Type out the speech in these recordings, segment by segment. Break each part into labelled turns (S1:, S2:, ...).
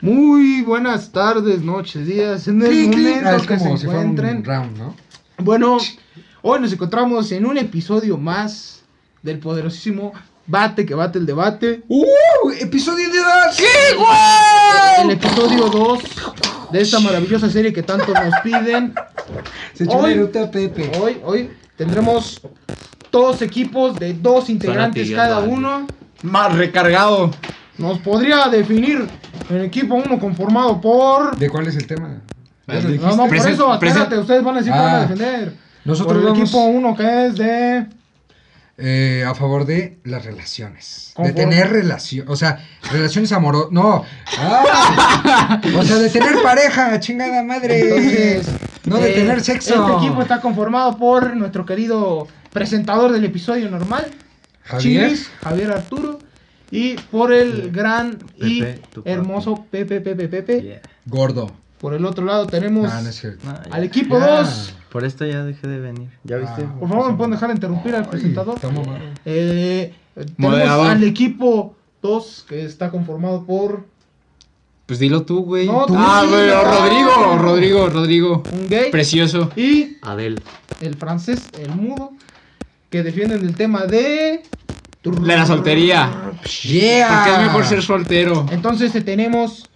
S1: Muy buenas tardes, noches, días, en el
S2: Clic, clic.
S1: momento
S2: Ah, es
S1: que se
S2: como si fuera un
S1: encuentren.
S2: round, ¿no?
S1: Bueno, hoy nos encontramos en un episodio más del poderosísimo Bate que bate el debate.
S2: ¡Uh! ¡Episodio de edad! ¡Sí,
S1: El
S2: güey!
S1: episodio 2 de esta maravillosa serie que tanto nos piden.
S2: Se echó
S1: Hoy-
S2: la ruta a Pepe.
S1: Hoy, hoy tendremos dos equipos de dos integrantes
S3: Fanatismo,
S1: cada
S3: Andy.
S1: uno.
S4: Más recargado.
S1: Nos podría definir el equipo uno conformado por...
S2: ¿De cuál es el tema?
S4: Ya
S1: No,
S4: lo
S1: no, por
S4: Presen-
S1: eso, espérate,
S4: presen-
S1: ustedes van a decir que van a
S2: Ah.
S1: defender.
S2: Nosotros
S1: por el
S2: vamos-
S1: equipo uno que es de...
S2: Eh, a favor de las relaciones.
S1: Conforme.
S2: De tener relación. O sea, relaciones amorosas. No. Ah. o sea, de tener pareja, chingada madre.
S1: Entonces,
S2: no de
S1: eh,
S2: tener sexo.
S1: Este equipo está conformado por nuestro querido presentador del episodio normal,
S2: Javier.
S1: Chiris, Javier Arturo, y por el gran y
S3: Pepe, tu papi.
S1: hermoso Pepe Pepe Pepe.
S3: Yeah.
S2: Gordo.
S1: Por el otro lado tenemos
S2: Ah, no es cierto.
S3: No, ya.
S1: al equipo
S2: Ya.
S1: 2.
S3: Por esto ya dejé de venir. ¿Ya viste?
S2: Ah.
S1: Por favor, ¿me pueden dejar interrumpir al presentador?
S2: Estamos mal.
S1: Eh, tenemos
S4: Moderador.
S1: al equipo 2 que está conformado por
S4: Pues dilo tú, güey.
S1: No, tú
S4: ah,
S1: sí,
S4: güey,
S1: no.
S4: Rodrigo, Rodrigo, Rodrigo.
S1: un gay
S4: Precioso.
S1: y
S3: Adel.
S1: el francés, el mudo, que defienden el tema de...
S4: De la soltería.
S2: Yeah.
S4: Porque es mejor ser soltero.
S1: Entonces eh, tenemos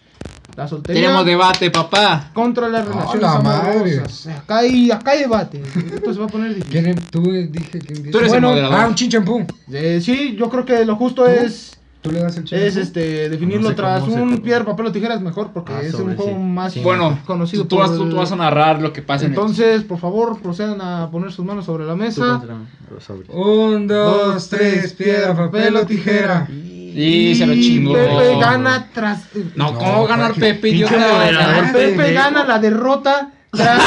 S1: la soltería
S4: Tenemos debate, papá.
S1: contra las
S2: ¡A
S1: relaciones
S2: la madre!
S1: amorosas. Acá hay, acá hay debate. Esto se va a poner difícil.
S2: ¿Quién es? Tú eh, dije que
S4: Tú eres
S1: Bueno,
S4: el
S2: Ah, un
S4: moderador.
S2: chinchampú.
S1: Eh, sí, yo creo que lo justo es
S2: Tú le das el chinchampú.
S1: es este definirlo
S3: No sé
S1: tras
S3: cómo se
S1: un
S3: conoce.
S1: piedra, papel o tijeras mejor porque
S3: Ah,
S1: es un
S3: sobre
S1: juego
S3: sí.
S1: más
S3: Sí.
S4: bueno,
S1: conocido
S4: tú, tú
S1: por
S4: vas, tú,
S1: el-
S4: tú vas a narrar lo que pasa
S1: Entonces, por favor, procedan a poner sus manos sobre la
S3: Tú
S1: mesa.
S3: contra mí. Sobre.
S2: Un, dos, tres, piedra, papel o tijera.
S4: Y se lo chingó.
S1: Pepe gana tras
S4: en el... No,
S2: No,
S4: ¿cómo va a ganar
S2: porque-
S4: Pepe,
S3: Pinche moderador,
S4: idiota?
S1: Pepe
S3: pendejo.
S1: gana la derrota tras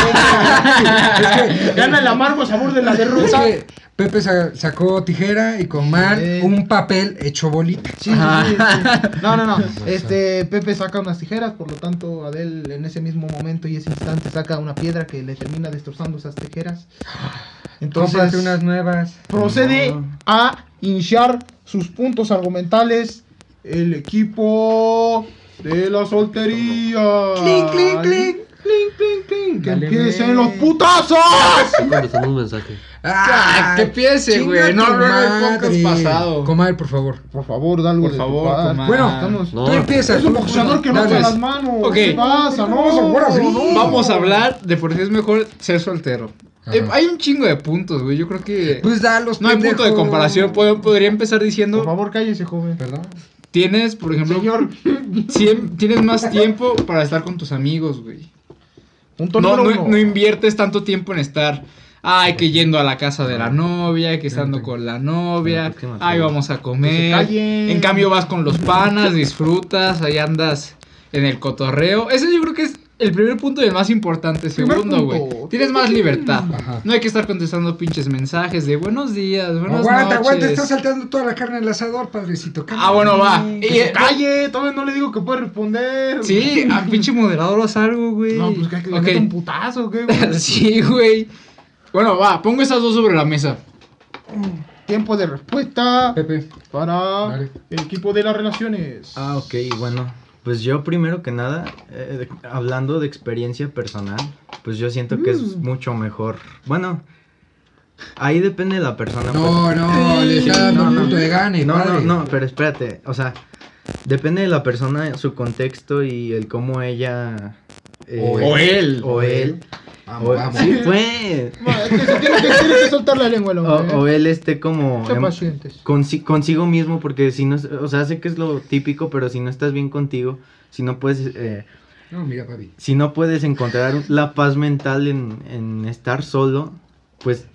S1: gana el amargo sabor de la
S2: Es
S1: derrota.
S2: que Pepe sa- sacó tijera y con Mar
S1: Sí.
S2: un papel hecho bolita.
S1: Sí, sí, sí, sí. No, no, no. Este, Pepe saca unas tijeras, por lo tanto, Adel en ese mismo momento y ese instante saca una piedra que le termina destrozando esas tijeras. Entonces,
S2: Cómprate unas nuevas.
S1: procede a hinchar sus puntos argumentales el equipo de la soltería.
S2: Clink, clink, clink.
S1: Clink, clink, clink. Que
S2: Dale,
S1: empiecen
S2: ve.
S1: los putazos.
S3: Contestando un mensaje.
S4: Ah, que piense, güey. No habló en el podcast pasado.
S2: Comadre, por favor.
S1: Por favor, da algo
S4: Por
S1: de
S4: favor,
S1: tu parte.
S4: comadre.
S2: Bueno,
S1: Ah, Estamos-
S3: No.
S2: tú empiezas.
S1: Es un
S2: tú-
S1: boxeador que no
S2: dale.
S1: usa las manos.
S4: Ok.
S1: ¿Qué pasa? No,
S2: Vamos, ahora sí.
S1: no.
S4: Vamos a hablar de por qué es mejor ser soltero.
S2: Ajá.
S4: Eh, hay un chingo de puntos, güey. Yo creo que
S2: Pues da los
S4: no hay punto de
S2: pendejos.
S4: comparación. pues. Puedo- podría empezar
S1: Por
S4: diciendo,
S1: favor, cállese, joven.
S2: Perdón.
S4: tienes, por ejemplo,
S1: Señor,
S4: cien- tienes más tiempo para estar con tus amigos, güey.
S1: punto
S4: No,
S1: número
S4: no-
S1: uno.
S4: no inviertes tanto tiempo en estar. Ay, que yendo a la casa de
S1: Ah,
S4: la novia, que estando con la novia,
S3: ¿por qué no?
S4: ay, vamos a comer.
S1: Que se callen.
S4: En cambio, vas con los panas, disfrutas, ahí andas en el cotorreo. Ese yo creo que es el primer punto y el más importante.
S1: Primer
S4: Segundo, güey,
S1: punto.
S4: tienes más libertad.
S2: Ajá.
S4: No hay que estar contestando pinches mensajes de buenos días, buenas
S2: Aguanta,
S4: noches.
S2: aguanta. Estás saltando toda la carne al asador, padrecito.
S4: Ah, bueno, va.
S1: Que
S4: Y-
S1: se calle, todavía no le digo que puede responder.
S4: Sí, a pinche moderador haz algo, güey.
S1: No, pues que, que le
S4: Ok.
S1: meta un putazo, ¿qué, güey?
S4: sí, güey. Bueno, va, pongo esas dos sobre la mesa.
S1: Tiempo de respuesta
S2: Pepe.
S1: para
S2: Dale.
S1: el equipo de las relaciones.
S3: Ah, ok, bueno. Pues yo primero que nada, eh, de- hablando de experiencia personal, pues yo siento que es mucho mejor. Bueno, ahí depende de la persona. pues.
S2: No, no, le está dando
S3: no,
S2: un
S3: no.
S2: punto de gane,
S3: No, no,
S2: padre.
S3: no, pero espérate, o sea, depende de la persona, su contexto y el cómo ella... eh,
S2: O
S4: O él.
S3: O él.
S2: Vamos,
S3: o-
S2: vamos.
S3: Sí, pues.
S1: Bueno, es que se tiene que, tiene que soltar la lengua, el
S3: O,
S4: Ah,
S1: hombre. ¿eh?
S3: o él esté como...
S1: Sean
S3: em-
S1: pacientes.
S3: consi- consigo mismo, porque si no... es- O sea, sé que es lo típico, pero si no estás bien contigo, si no puedes... eh,
S2: No, mira, papi.
S3: si no puedes encontrar la paz mental en, en estar solo, pues,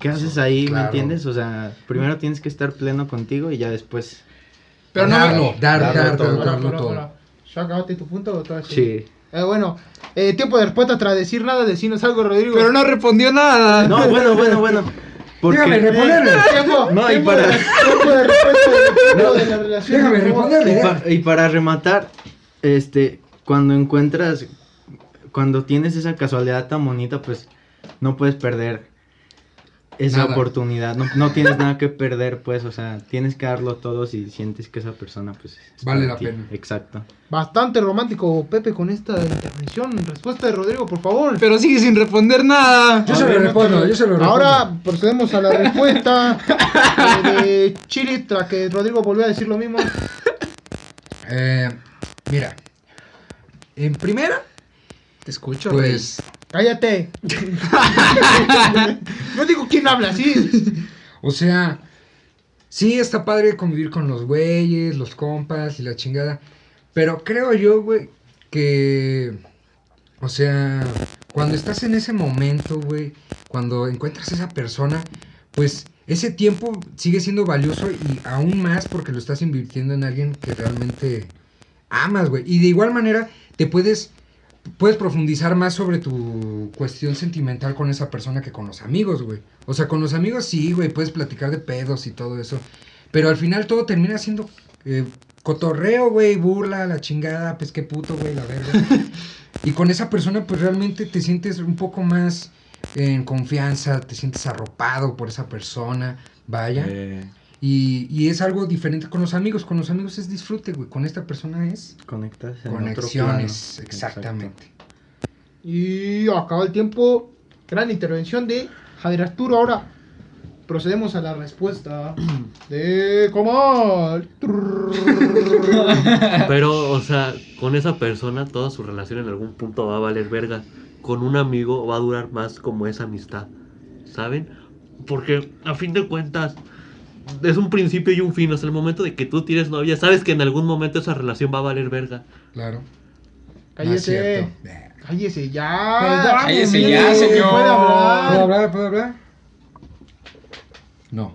S3: ¿qué haces ahí? ¿Me
S2: Claro.
S3: entiendes? O sea, primero tienes que estar pleno contigo y ya después...
S4: Pero no,
S2: darlo,
S4: me-
S2: dar, dar,
S3: Darlo
S2: dar,
S3: todo.
S2: darlo,
S1: Ahora, ahora,
S2: todo.
S1: ahora. ¿Ya acabaste tu punto o todavía sigue? Eh, bueno, eh, tiempo de respuesta tras decir nada, decirnos algo, Rodrigo.
S4: pero no respondió nada.
S3: No, bueno, bueno, bueno. Porque...
S2: Dígame, reponerle.
S1: Tiempo,
S3: No, y
S1: tiempo
S3: para-
S1: de- tiempo de respuesta del equipo de las relaciones.
S2: Déjame
S1: Por favor.
S2: responderle.
S3: Y,
S2: ya.
S3: pa- y para rematar, este, cuando encuentras, cuando tienes esa casualidad tan bonita, pues no puedes perder esa
S4: Nada.
S3: oportunidad. No, no tienes nada que perder, pues, o sea, tienes que darlo todo si sientes que esa persona, pues. es
S2: Vale
S3: para
S2: la
S3: ti.
S2: pena.
S3: Exacto.
S1: Bastante romántico, Pepe, con esta intervención. Respuesta de Rodrigo, por favor.
S4: Pero sigue sin responder nada.
S2: Yo se lo respondo, yo se lo respondo.
S1: Ahora procedemos a la respuesta eh, de Chile, tras que Rodrigo volvió a decir lo mismo.
S2: Eh, mira. En primera,
S4: Te escucho,
S2: pues.
S1: Cállate. no digo quién habla, sí.
S2: O sea, sí está padre convivir con los güeyes, los compas y la chingada. Pero creo yo, güey, que. O sea, cuando estás en ese momento, güey, cuando encuentras a esa persona, pues ese tiempo sigue siendo valioso y aún más porque lo estás invirtiendo en alguien que realmente amas, güey. Y de igual manera, te puedes. Puedes profundizar más sobre tu cuestión sentimental con esa persona que con los amigos, güey. O sea, con los amigos sí, güey, puedes platicar de pedos y todo eso. Pero al final todo termina siendo eh, cotorreo, güey, burla, la chingada, pues qué puto, güey, la verga. y con esa persona, pues realmente te sientes un poco más en confianza, te sientes arropado por esa persona, vaya.
S3: Eh,
S2: Y, y es algo diferente con los amigos. Con los amigos es disfrute, güey. Con esta persona es
S3: conectas en otro
S2: conexiones,
S3: plano.
S2: exactamente.
S1: Y acabó el tiempo. Gran intervención de Javier Arturo. Ahora procedemos a la respuesta de Comal.
S5: Pero, o sea, con esa persona toda su relación en algún punto va a valer verga. Con un amigo va a durar más como esa amistad, ¿saben? Porque a fin de cuentas es un principio y un fin. O sea, el momento de que tú tienes novia, sabes que en algún momento esa relación va a valer verga.
S2: Claro. No es
S1: Cállese. Ah,
S2: cierto. Eh.
S1: Cállese ya.
S2: Perdón,
S4: cállese ya,
S1: Puede
S4: señor.
S2: ¿Puedo
S1: hablar.
S2: hablar? ¿Puedo hablar? No.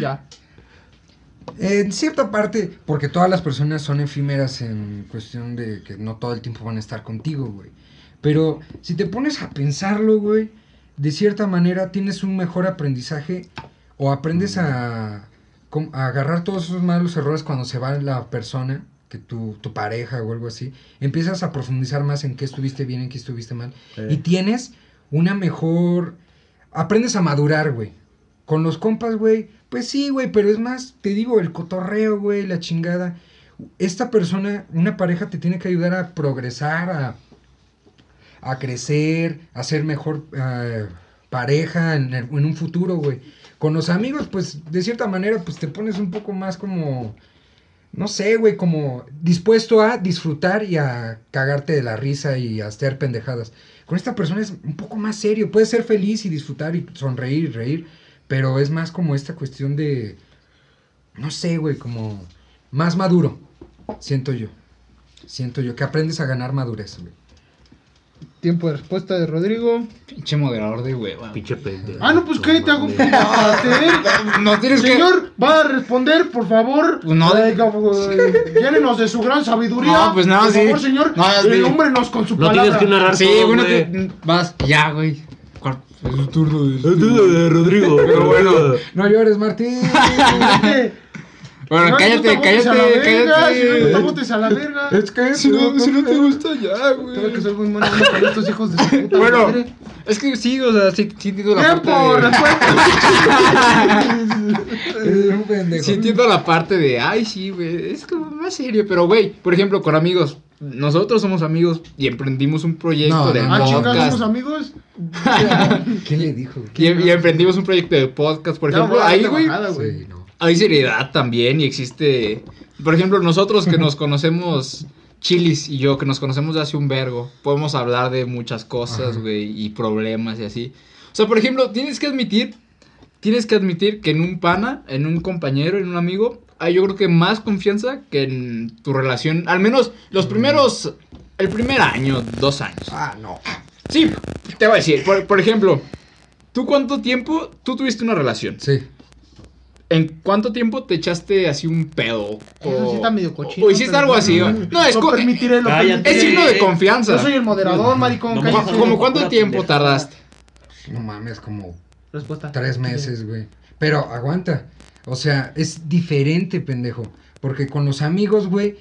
S1: Ya.
S2: En cierta parte, porque todas las personas son efímeras en cuestión de que no todo el tiempo van a estar contigo, güey. Pero si te pones a pensarlo, güey, de cierta manera tienes un mejor aprendizaje o aprendes a, com- a agarrar todos esos malos errores cuando se va la persona, que tu, tu pareja o algo así. Empiezas a profundizar más en qué estuviste bien, en qué estuviste mal.
S3: Eh,
S2: Y tienes una mejor... Aprendes a madurar, güey. Con los compas, güey. Pues sí, güey, pero es más, te digo, el cotorreo, güey, la chingada. Esta persona, una pareja te tiene que ayudar a progresar, a, a crecer, a ser mejor eh, pareja en, el- en un futuro, güey. Con los amigos, pues, de cierta manera, pues te pones un poco más como... No sé, güey, como dispuesto a disfrutar y a cagarte de la risa y a hacer pendejadas con esta persona es un poco más serio. Puedes ser feliz y disfrutar y sonreír y reír, pero es más como esta cuestión de, no sé, güey, como más maduro, siento yo. Siento yo que aprendes a ganar madurez, güey.
S1: Tiempo de respuesta de Rodrigo.
S4: Pinche moderador de hueva.
S5: Pinche pendejo.
S1: Ah, no, pues qué te hago
S5: mames.
S1: hacer.
S4: No tienes que.
S1: Señor, va a responder, por favor.
S4: Pues no.
S1: Oiga, eh, llénenos de su gran sabiduría.
S4: No, pues no,
S1: Por
S4: sí.
S1: favor, señor,
S4: No, sí.
S1: ilúmbrenos con su
S5: No
S1: palabra.
S5: tienes que narrar
S4: Sí,
S5: todo,
S4: bueno,
S5: güey.
S4: te- vas. Ya, güey. Cuar- Es tu turno. es tu
S5: Es lo
S4: turno.
S5: de Rodrigo. Pero bueno.
S2: No llores, Martín.
S1: Si
S4: Bueno,
S1: no te
S4: cállate,
S1: gusta,
S4: cállate,
S1: botes a la verga, Si no te gusta,
S4: cállate.
S1: botes a la verga.
S2: es que
S4: Si no, si no te gusta ya,
S1: Creo que
S4: güey.
S1: soy muy malo con estos hijos de su puta
S4: Bueno,
S1: madre.
S4: es que sí, o sea, sí, sí entiendo la
S1: tiempo,
S4: parte
S1: respuesta.
S2: Eres un pendejo.
S4: de... Sí entiendo la parte de, ay, sí, güey, es como más serio. Pero, güey, por ejemplo, con amigos, nosotros somos amigos y emprendimos un proyecto
S2: No,
S4: de
S2: no,
S1: Ah,
S2: no.
S1: chicas,
S4: podcast.
S1: somos amigos.
S2: ¿Qué le dijo?
S4: Y, y emprendimos un proyecto de podcast, por
S1: Ya,
S4: ejemplo,
S1: bueno,
S4: ahí,
S1: esta
S4: güey,
S1: bajada,
S2: Sí, no.
S4: hay seriedad también y existe, por ejemplo, nosotros que nos conocemos, Chilis y yo, que nos conocemos de hace un vergo, podemos hablar de muchas cosas,
S2: Ajá.
S4: güey, y problemas y así. O sea, por ejemplo, tienes que admitir, tienes que admitir que en un pana, en un compañero, en un amigo, hay yo creo que más confianza que en tu relación, al menos los primeros, el primer año, dos años.
S2: Ah, no.
S4: Sí, te voy a decir, por, por ejemplo, ¿tú cuánto tiempo, tú tuviste una relación?
S2: Sí.
S4: ¿En cuánto tiempo te echaste así un pedo?
S1: Eso sí está medio cochino.
S4: O hiciste
S1: pero
S4: algo
S1: bueno,
S4: así.
S1: no,
S4: güey.
S1: no,
S4: No, es,
S1: lo
S4: co-
S1: permitiré, lo
S5: Cállate.
S1: permitiré.
S4: es signo de confianza.
S1: Yo soy el moderador, maricón.
S5: No,
S1: cállese.
S5: el-
S4: ¿Como cuánto
S5: Pura
S4: tiempo
S5: pendeja.
S4: tardaste?
S2: No mames, como
S1: Respuesta.
S2: Tres meses, güey. Pero aguanta. O sea, es diferente, pendejo. Porque con los amigos, güey,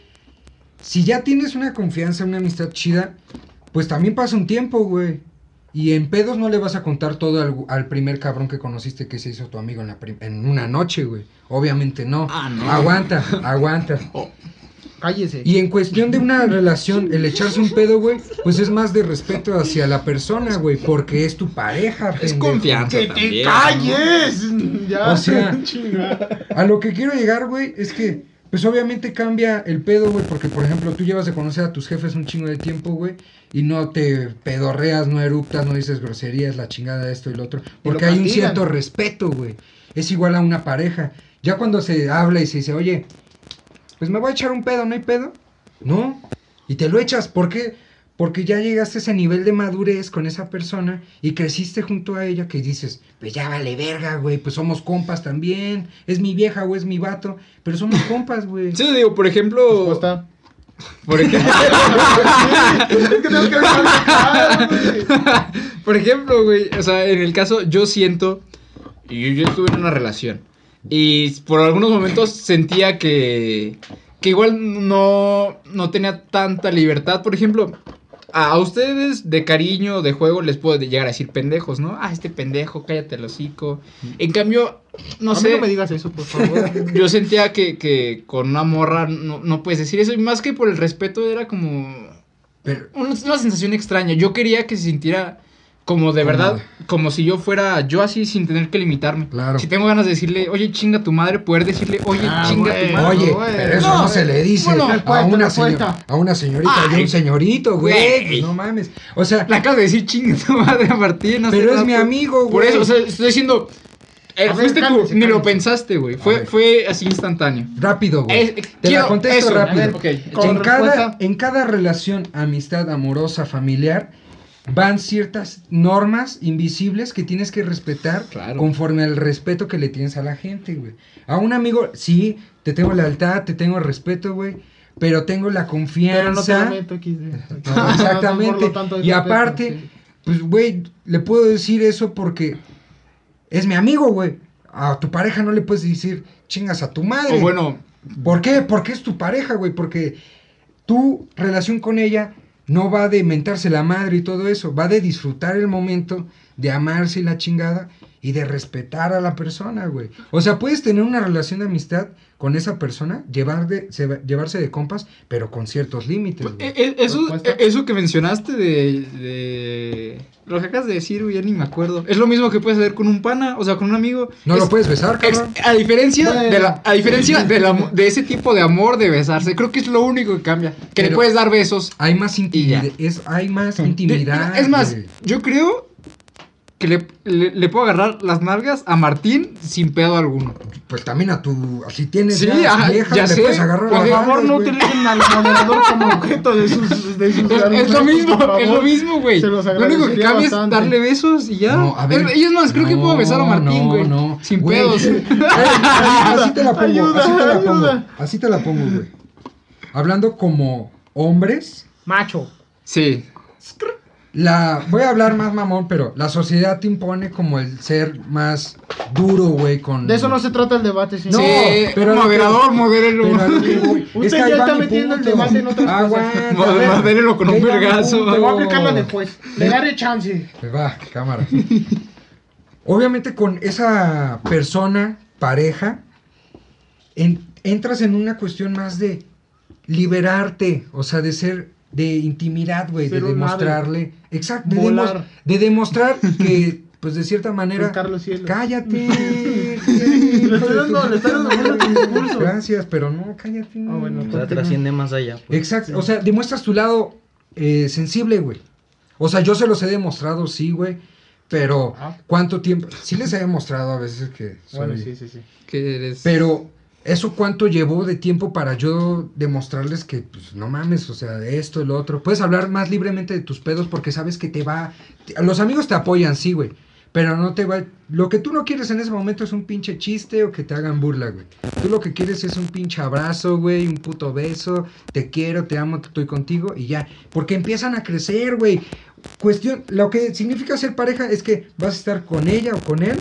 S2: si ya tienes una confianza, una amistad chida, pues también pasa un tiempo, güey. Y en pedos no le vas a contar todo al, al primer cabrón que conociste que se hizo tu amigo en, la prim- en una noche, güey. Obviamente no.
S4: Ah, no.
S2: Aguanta, aguanta.
S1: Cállese.
S2: Y en cuestión de una relación, el echarse un pedo, güey, pues es más de respeto hacia la persona, güey, porque es tu pareja.
S4: Es
S2: pendejo.
S4: confianza
S1: ¡Que
S4: también.
S1: te
S4: ¿no?
S1: calles! Ya.
S2: O sea-
S1: Chinga.
S2: A lo que quiero llegar, güey, es que, pues obviamente cambia el pedo, güey, porque por ejemplo, tú llevas de conocer a tus jefes un chingo de tiempo, güey, y no te pedorreas, no eruptas, no dices groserías, la chingada, esto y lo otro, porque hay un
S1: castigan.
S2: cierto respeto, güey. Es igual a una pareja. Ya cuando se habla y se dice, oye, pues me voy a echar un pedo, ¿no hay pedo? No. Y te lo echas, ¿por qué? Porque ya llegaste a ese nivel de madurez con esa persona y creciste junto a ella que dices, pues ya vale verga, güey, pues somos compas también, es mi vieja o es mi vato, pero somos compas, güey.
S4: Sí, digo, por ejemplo.
S1: Costa.
S4: Por ejemplo,
S1: Es que tengo que ver con la cara, güey.
S4: por ejemplo, güey. O sea, en el caso, yo siento. y Yo, yo estuve en una relación. Y por algunos momentos sentía que. Que igual no. No tenía tanta libertad. Por ejemplo. A, a ustedes de cariño, de juego, les puedo llegar a decir pendejos, ¿no? Ah, este pendejo, cállate el hocico. En cambio,
S1: A
S4: no
S1: mí
S4: sé.
S1: no me digas eso, por favor.
S4: Yo sentía que, que con una morra no, no puedes decir eso. Y más que por el respeto, era como
S2: Pero,
S4: una, una sensación extraña. Yo quería que se sintiera como de verdad, como si yo fuera yo así sin tener que limitarme.
S2: Claro.
S4: Si tengo ganas de decirle, oye, chinga tu madre, poder decirle, oye,
S1: Ah,
S4: chinga
S1: güey.
S4: tu madre.
S2: oye,
S1: güey.
S2: pero eso
S4: No,
S2: no, se le dice
S4: bueno,
S1: te
S2: a,
S1: cuesta,
S2: una
S1: te
S2: señor-
S1: cuesta.
S2: a una señorita y a
S4: Ay,
S2: un señorito, güey,
S4: güey.
S2: pues no mames. O sea,
S4: Le acabas de decir chinga tu madre a Martín. no sé,
S2: pero es
S4: rato.
S2: mi amigo, güey.
S4: Por eso, o sea, estoy diciendo, eh,
S1: A ver,
S4: fuiste tú,
S1: cálmese,
S4: ni lo
S1: cálmese.
S4: pensaste, güey.
S2: A
S4: Fue,
S2: ver.
S4: fue así instantáneo.
S2: Rápido, güey.
S4: Es-
S2: Te
S4: quiero
S2: la contesto
S4: eso.
S2: rápido.
S4: A ver, ok.
S1: Con
S2: en, cada,
S1: respuesta.
S2: en cada relación, amistad, amorosa, familiar, van ciertas normas invisibles que tienes que respetar
S4: Claro.
S2: conforme al respeto que le tienes a la gente, güey. A un amigo, sí, te tengo lealtad, te tengo respeto, güey, pero tengo la
S1: Pero no te
S2: confianza.
S1: lamento, XD.
S2: No,
S1: No, por
S2: exactamente.
S1: lo tanto,
S2: y
S1: es
S2: aparte,
S1: respeto, sí.
S2: pues, güey, le puedo decir eso porque es mi amigo, güey. A tu pareja no le puedes decir chingas a tu madre.
S4: O bueno,
S2: ¿Por qué? Porque es tu pareja, güey. Porque tu relación con ella no va de mentarse la madre y todo eso. Va de disfrutar el momento, de amarse y la chingada y de respetar a la persona, güey. O sea, puedes tener una relación de amistad con esa persona, llevar de- se va- llevarse de compas, pero con ciertos límites, güey.
S4: Eh, eh, eso,
S1: Respuesta.
S4: eh, eso que mencionaste de, de- Lo que acabas de decir, güey, ya ni me acuerdo. Es lo mismo que puedes hacer con un pana, o sea, con un amigo.
S2: No lo
S4: Es-
S2: puedes besar,
S4: ex-
S2: cabrón.
S4: a diferencia,
S1: Bueno.
S4: de, la, a diferencia de, la- de ese tipo de amor de besarse, creo que es lo único que cambia. Que le
S2: Pero-
S4: puedes dar besos.
S2: Hay más intimidad.
S4: Y
S2: Es, hay más
S4: De-
S2: intimidad.
S4: es más,
S2: güey.
S4: yo creo que le, le- le puedo agarrar las nalgas a Martín sin pedo alguno.
S2: Pues también a tu. Si tienes.
S4: Sí,
S2: ya,
S4: ajá,
S2: viejas,
S4: ya
S2: le
S4: sé.
S2: puedes agarrar
S4: Por
S2: las
S1: Por favor,
S2: manos,
S1: no
S2: güey.
S1: utilicen al moderador como objeto de sus. De sus
S4: Es, es lo
S1: argumentos, por
S4: mismo,
S1: favor.
S4: es lo mismo, güey.
S1: Se
S4: Lo
S1: los
S4: único que
S1: agradecería
S4: cambia es
S1: bastante.
S4: darle besos y ya.
S2: No, a ver,
S4: Es- y es más, creo que
S2: no,
S4: puedo besar a Martín,
S2: no,
S4: güey.
S2: no,
S4: sin
S2: güey.
S4: pedos.
S2: así te la pongo, así te la
S1: Ayuda,
S2: pongo,
S1: ayuda.
S2: así te la pongo, güey. Hablando como hombres,
S1: Macho.
S4: Sí.
S2: la voy a hablar más mamón, pero la sociedad te impone como el ser más duro, güey, con
S1: De eso no se trata el debate, sí.
S2: No,
S4: sí,
S2: pero-
S4: moderador, modérelo.
S2: Pero a lo que voy-
S1: Usted
S2: es que ahí
S1: ya
S2: va
S1: está
S2: mi
S1: metiendo el
S2: punto.
S1: debate en otras cosas.
S2: Aguanta,
S4: Mo-
S2: a ver,
S4: modérelo con un
S2: ahí va mi
S4: vergazo.
S2: punto.
S1: Te voy a aplicar la de juez. Le daré chance.
S2: Pues va, cámara. Obviamente con esa persona, pareja, en- entras en una cuestión más de liberarte, o sea, de ser de intimidad, güey, de
S1: Ser un
S2: demostrarle, exacto, de,
S1: Volar.
S2: demos- de demostrar que pues de cierta manera
S1: Con Carlos Cielo.
S2: cállate. le
S1: estoy dando- le estoy dando vuelo a tu discurso.
S2: Gracias, pero no, cállate.
S1: Ah, bueno,
S3: O sea, trasciende más allá. pues.
S2: Exacto, o sea, demuestras tu lado eh, sensible, güey. O sea, yo se los he demostrado, sí, güey. Pero,
S1: Ah.
S2: ¿cuánto tiempo? Sí les he demostrado a veces que soy...
S1: Bueno, sí, sí, sí.
S4: Que eres-
S2: Pero, ¿eso cuánto llevó de tiempo para yo demostrarles que, pues, no mames, o sea, esto, lo otro? Puedes hablar más libremente de tus pedos porque sabes que te va... te- Los amigos te apoyan, sí, güey. Pero no te va... Lo que tú no quieres en ese momento es un pinche chiste o que te hagan burla, güey. Tú lo que quieres es un pinche abrazo, güey, un puto beso. Te quiero, te amo, estoy contigo y ya. Porque empiezan a crecer, güey. Cuestión, lo que significa ser pareja es que vas a estar con ella o con él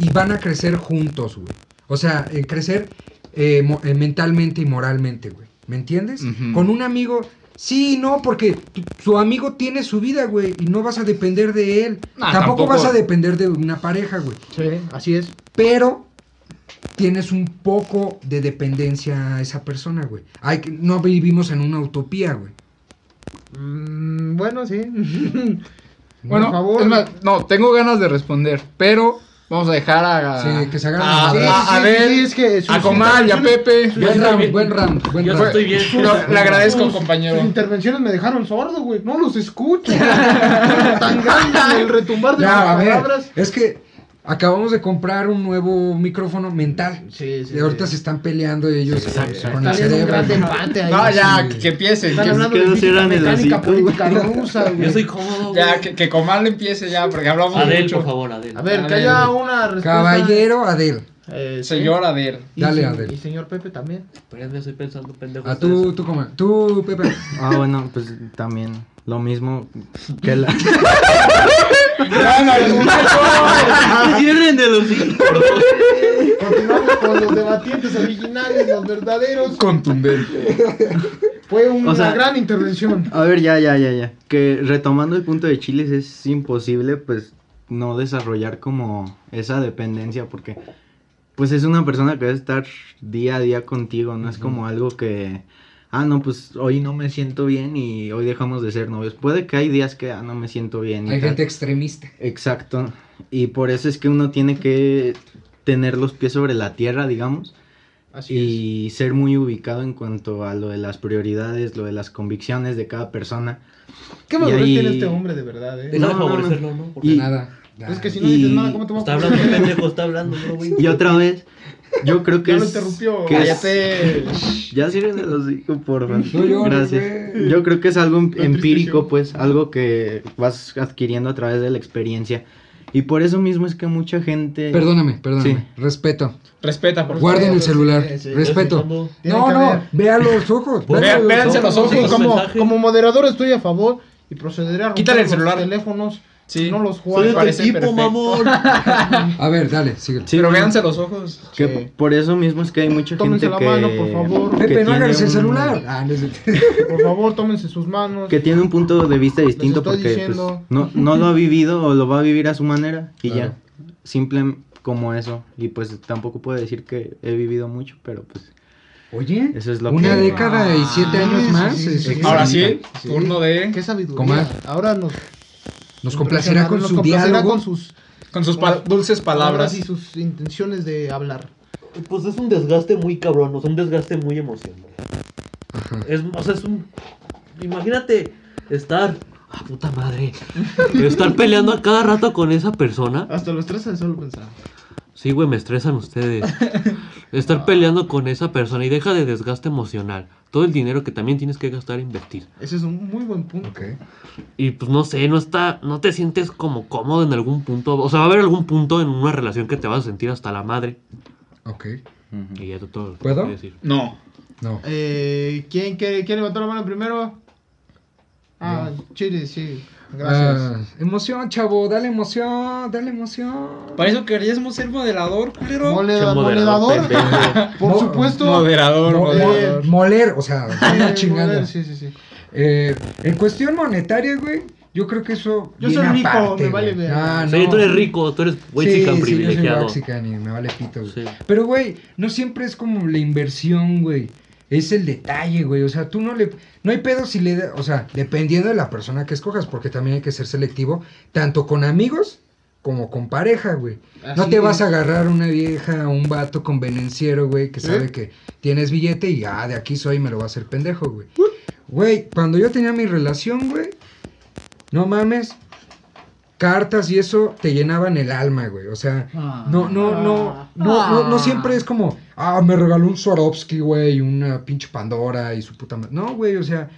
S2: y van a crecer juntos, güey. O sea, eh, crecer eh, mo- eh, mentalmente y moralmente, güey. ¿Me entiendes?
S4: Ujú.
S2: Con un amigo Sí, no, porque tu, su amigo tiene su vida, güey, y no vas a depender de él.
S4: Nah,
S2: tampoco,
S4: tampoco.
S2: vas a depender de una pareja, güey.
S1: Sí, así es.
S2: Pero tienes un poco de dependencia a esa persona, güey. Hay que- no vivimos en una utopía, güey.
S1: Mm, bueno, sí.
S4: Bueno,
S1: Por favor.
S4: es más, no, tengo ganas de responder, pero vamos a dejar a.
S2: Sí, que se agarren
S4: a,
S2: a
S1: Sí, sí,
S4: a- a
S1: sí,
S4: Abel,
S1: sí, es que sus
S4: a Comal y a
S1: intervenciones-
S4: Pepe.
S5: Yo
S2: Buen
S5: estoy
S2: round,
S5: bien.
S2: buen round, buen
S5: Yo
S2: round.
S5: estoy bien.
S4: Lo- le agradezco,
S1: sus- Sus
S4: compañero.
S1: intervenciones me dejaron sordo, güey. No los escucho. Tan grande el retumbar de
S2: Ya, a
S1: las
S2: ver,
S1: palabras.
S2: es que acabamos de comprar un nuevo micrófono mental.
S1: Sí,
S2: Y ahorita se están peleando ellos
S3: Sí,
S2: con-
S3: sí,
S2: con
S1: Está
S2: el
S1: habiendo un
S2: cerebro.
S1: gran debate ahí.
S4: No, ya,
S2: Sí.
S4: que, que empiecen.
S1: Están
S4: que-
S1: hablando de
S3: quedó
S1: física
S3: cierran el
S1: mecánica,
S3: hocico, güey.
S1: política rusa, güey.
S5: Yo soy cómodo.
S4: Ya,
S5: güey.
S4: que, que Comal empiece ya, porque hablamos
S5: Adel,
S4: mucho.
S5: por favor, Adel.
S1: A ver,
S4: A
S1: que
S4: ver.
S1: haya una respuesta.
S2: Caballero Adel.
S1: Eh, sí.
S4: Señor Adel.
S1: Y
S2: Dale,
S1: se-
S2: Adel.
S1: Y pues, señor Pepe también.
S5: Espérenme, estoy pensando, pendejo.
S2: A tú, tú, como, tú, Pepe.
S3: Ah, bueno, pues también lo mismo que la...
S5: Cierren de los
S1: Continuamos con los debatientes originales, los verdaderos.
S4: Contundente.
S1: Fue una
S3: O sea-
S1: gran intervención.
S3: A ver, ya, ya, ya, ya. Que retomando el punto de chiles es imposible, pues, no desarrollar como esa dependencia, porque, pues, es una persona que va a estar día a día contigo, no es como algo que, ah, no, pues, hoy no me siento bien y hoy dejamos de ser novios. Puede que hay días que, ah, no me siento bien. y
S2: Hay
S3: tal.
S2: gente extremista.
S3: Exacto. Y por eso es que uno tiene que tener los pies sobre la tierra, digamos
S1: Así
S3: y ser muy ubicado en cuanto a lo de las prioridades, lo de las convicciones de cada persona.
S1: es. ¿Qué
S3: y
S1: madurez
S3: ahí-
S1: tiene este hombre de verdad, eh?
S5: Deja de
S3: No, no, no.
S5: favorecerlo, ¿no? Porque
S2: De
S3: Y-
S2: nada.
S1: Es que si
S2: sí.
S1: no dices
S3: y-
S1: nada, ¿cómo te vas
S5: Está
S1: a
S5: hablando,
S1: poner?
S5: pendejo, está hablando, bro, güey.
S3: Y otra vez, yo creo que
S1: Ya lo
S3: es-
S1: interrumpió.
S3: que es-
S4: Cállate.
S3: ya sirven de los hijos, por
S2: No
S3: favor.
S2: llores,
S3: Gracias.
S2: güey.
S3: Yo creo que es algo em-
S1: Qué
S3: empírico,
S1: tristeza.
S3: pues, algo que vas adquiriendo a través de la experiencia. Y por eso mismo es que mucha gente...
S2: Perdóname, perdóname. Respeto.
S4: Respeta, por favor.
S2: Guarden el celular.
S1: Sí, sí.
S2: Respeto.
S5: Pensando,
S1: Tiene
S2: No,
S1: que
S2: no,
S1: haber.
S2: vea los ojos.
S5: Ve-
S2: vea los
S4: véanse los ojos.
S1: Sí,
S5: Otro
S1: como,
S5: mensaje.
S1: como moderador estoy a favor y procederé a romper
S4: Quítale el
S1: los
S4: celular.
S1: teléfonos.
S4: Sí.
S1: No los
S5: Soy
S1: juegues.
S5: de tu
S4: parece
S5: equipo,
S4: perfecto.
S5: mamón.
S2: A ver, dale, sigue.
S3: Sí,
S4: Pero
S3: no,
S4: véanse los ojos.
S3: que
S1: Sí.
S3: Por eso mismo es que hay mucha
S1: Tómense
S3: gente
S1: la
S3: que...
S1: mano, por favor.
S3: que
S2: Pepe, no
S3: tiene
S2: agarres el
S3: un-
S2: celular. Ah, no es cierto.
S1: Por favor, tómense sus manos.
S3: que tiene un punto de vista distinto
S1: estoy
S3: porque pues,
S1: diciendo.
S3: no, no lo ha vivido o lo va a vivir a su manera y
S2: Claro.
S3: ya. Simple como eso. Y pues tampoco puedo decir que he vivido mucho, pero pues
S2: Oye,
S3: eso es lo
S2: una
S3: que...
S2: década y siete
S1: Ah,
S2: años
S1: sí,
S2: más.
S1: sí,
S2: es-
S1: sí.
S4: Ahora sí,
S1: Sí.
S4: turno de.
S1: Qué sabiduría.
S2: Comal.
S1: Ahora nos
S2: Nos complacerá con
S1: nos
S2: su
S1: complacerá
S2: diálogo.
S1: con sus
S4: Con sus pa- dulces palabras.
S1: y sus intenciones de hablar.
S5: Pues es un desgaste muy cabrón, o sea, un desgaste muy emocional.
S2: Ajá.
S5: Es, o sea, es un. Imagínate estar. Ah, puta madre. Estar peleando a cada rato con esa persona.
S1: Hasta los tres de solo pensar.
S5: Sí, güey, me estresan ustedes. Estar peleando con esa persona y deja de desgaste emocional. Todo el dinero que también tienes que gastar e invertir.
S1: Ese es un muy buen punto.
S2: Ok.
S5: Y pues no sé, no está, no te sientes como cómodo en algún punto. O sea, va a haber algún punto en una relación que te vas a sentir hasta la madre.
S2: Ok.
S3: Ujú.
S5: Y ya todo lo que
S2: ¿Puedo?
S5: voy a decir.
S4: No.
S2: No.
S1: Eh, ¿Quién quiere, quiere levantar la mano primero? Ah, Chile, sí. Gracias.
S2: Ah, emoción, chavo. Dale emoción. Dale emoción.
S4: Para eso queríamos ser moderador, culero.
S1: Mole-
S5: Che, moderador,
S1: moderador.
S5: pendejo.
S1: Por
S2: Mo-
S1: supuesto.
S4: Moderador,
S2: Mo-
S4: moderador.
S2: eh, moler, o sea,
S1: Eh,
S2: una chingada.
S1: moler, Sí, sí, sí.
S2: Eh, en cuestión monetaria, güey, yo creo que eso.
S1: Yo
S2: viene
S1: soy rico,
S2: aparte,
S1: me vale
S2: güey.
S1: ver.
S2: Ah,
S5: Sí,
S2: no.
S5: tú eres rico, tú eres güey
S2: sí,
S5: chica
S2: sí,
S5: privilegiado.
S2: Yo soy waxican y me vale pito, güey.
S5: Sí.
S2: Pero, güey, no siempre es como la inversión, güey. Es el detalle, güey. O sea, tú no le. No hay pedo si le. da- O sea, dependiendo de la persona que escojas, porque también hay que ser selectivo, tanto con amigos como con pareja, güey. No
S1: Así
S2: te
S1: es.
S2: vas a agarrar una vieja, un vato convenenciero, güey, que
S1: ¿Eh?
S2: sabe que tienes billete y ah, de aquí soy y me lo va a hacer pendejo, güey. Güey, cuando yo tenía mi relación, güey, no mames, cartas y eso te llenaban el alma, güey. O sea,
S4: Ah.
S2: no, no,
S1: Ah.
S2: no, no, no, no siempre es como, ah, me regaló un Swarovski, güey, una pinche Pandora y su puta madre. No, güey, o sea,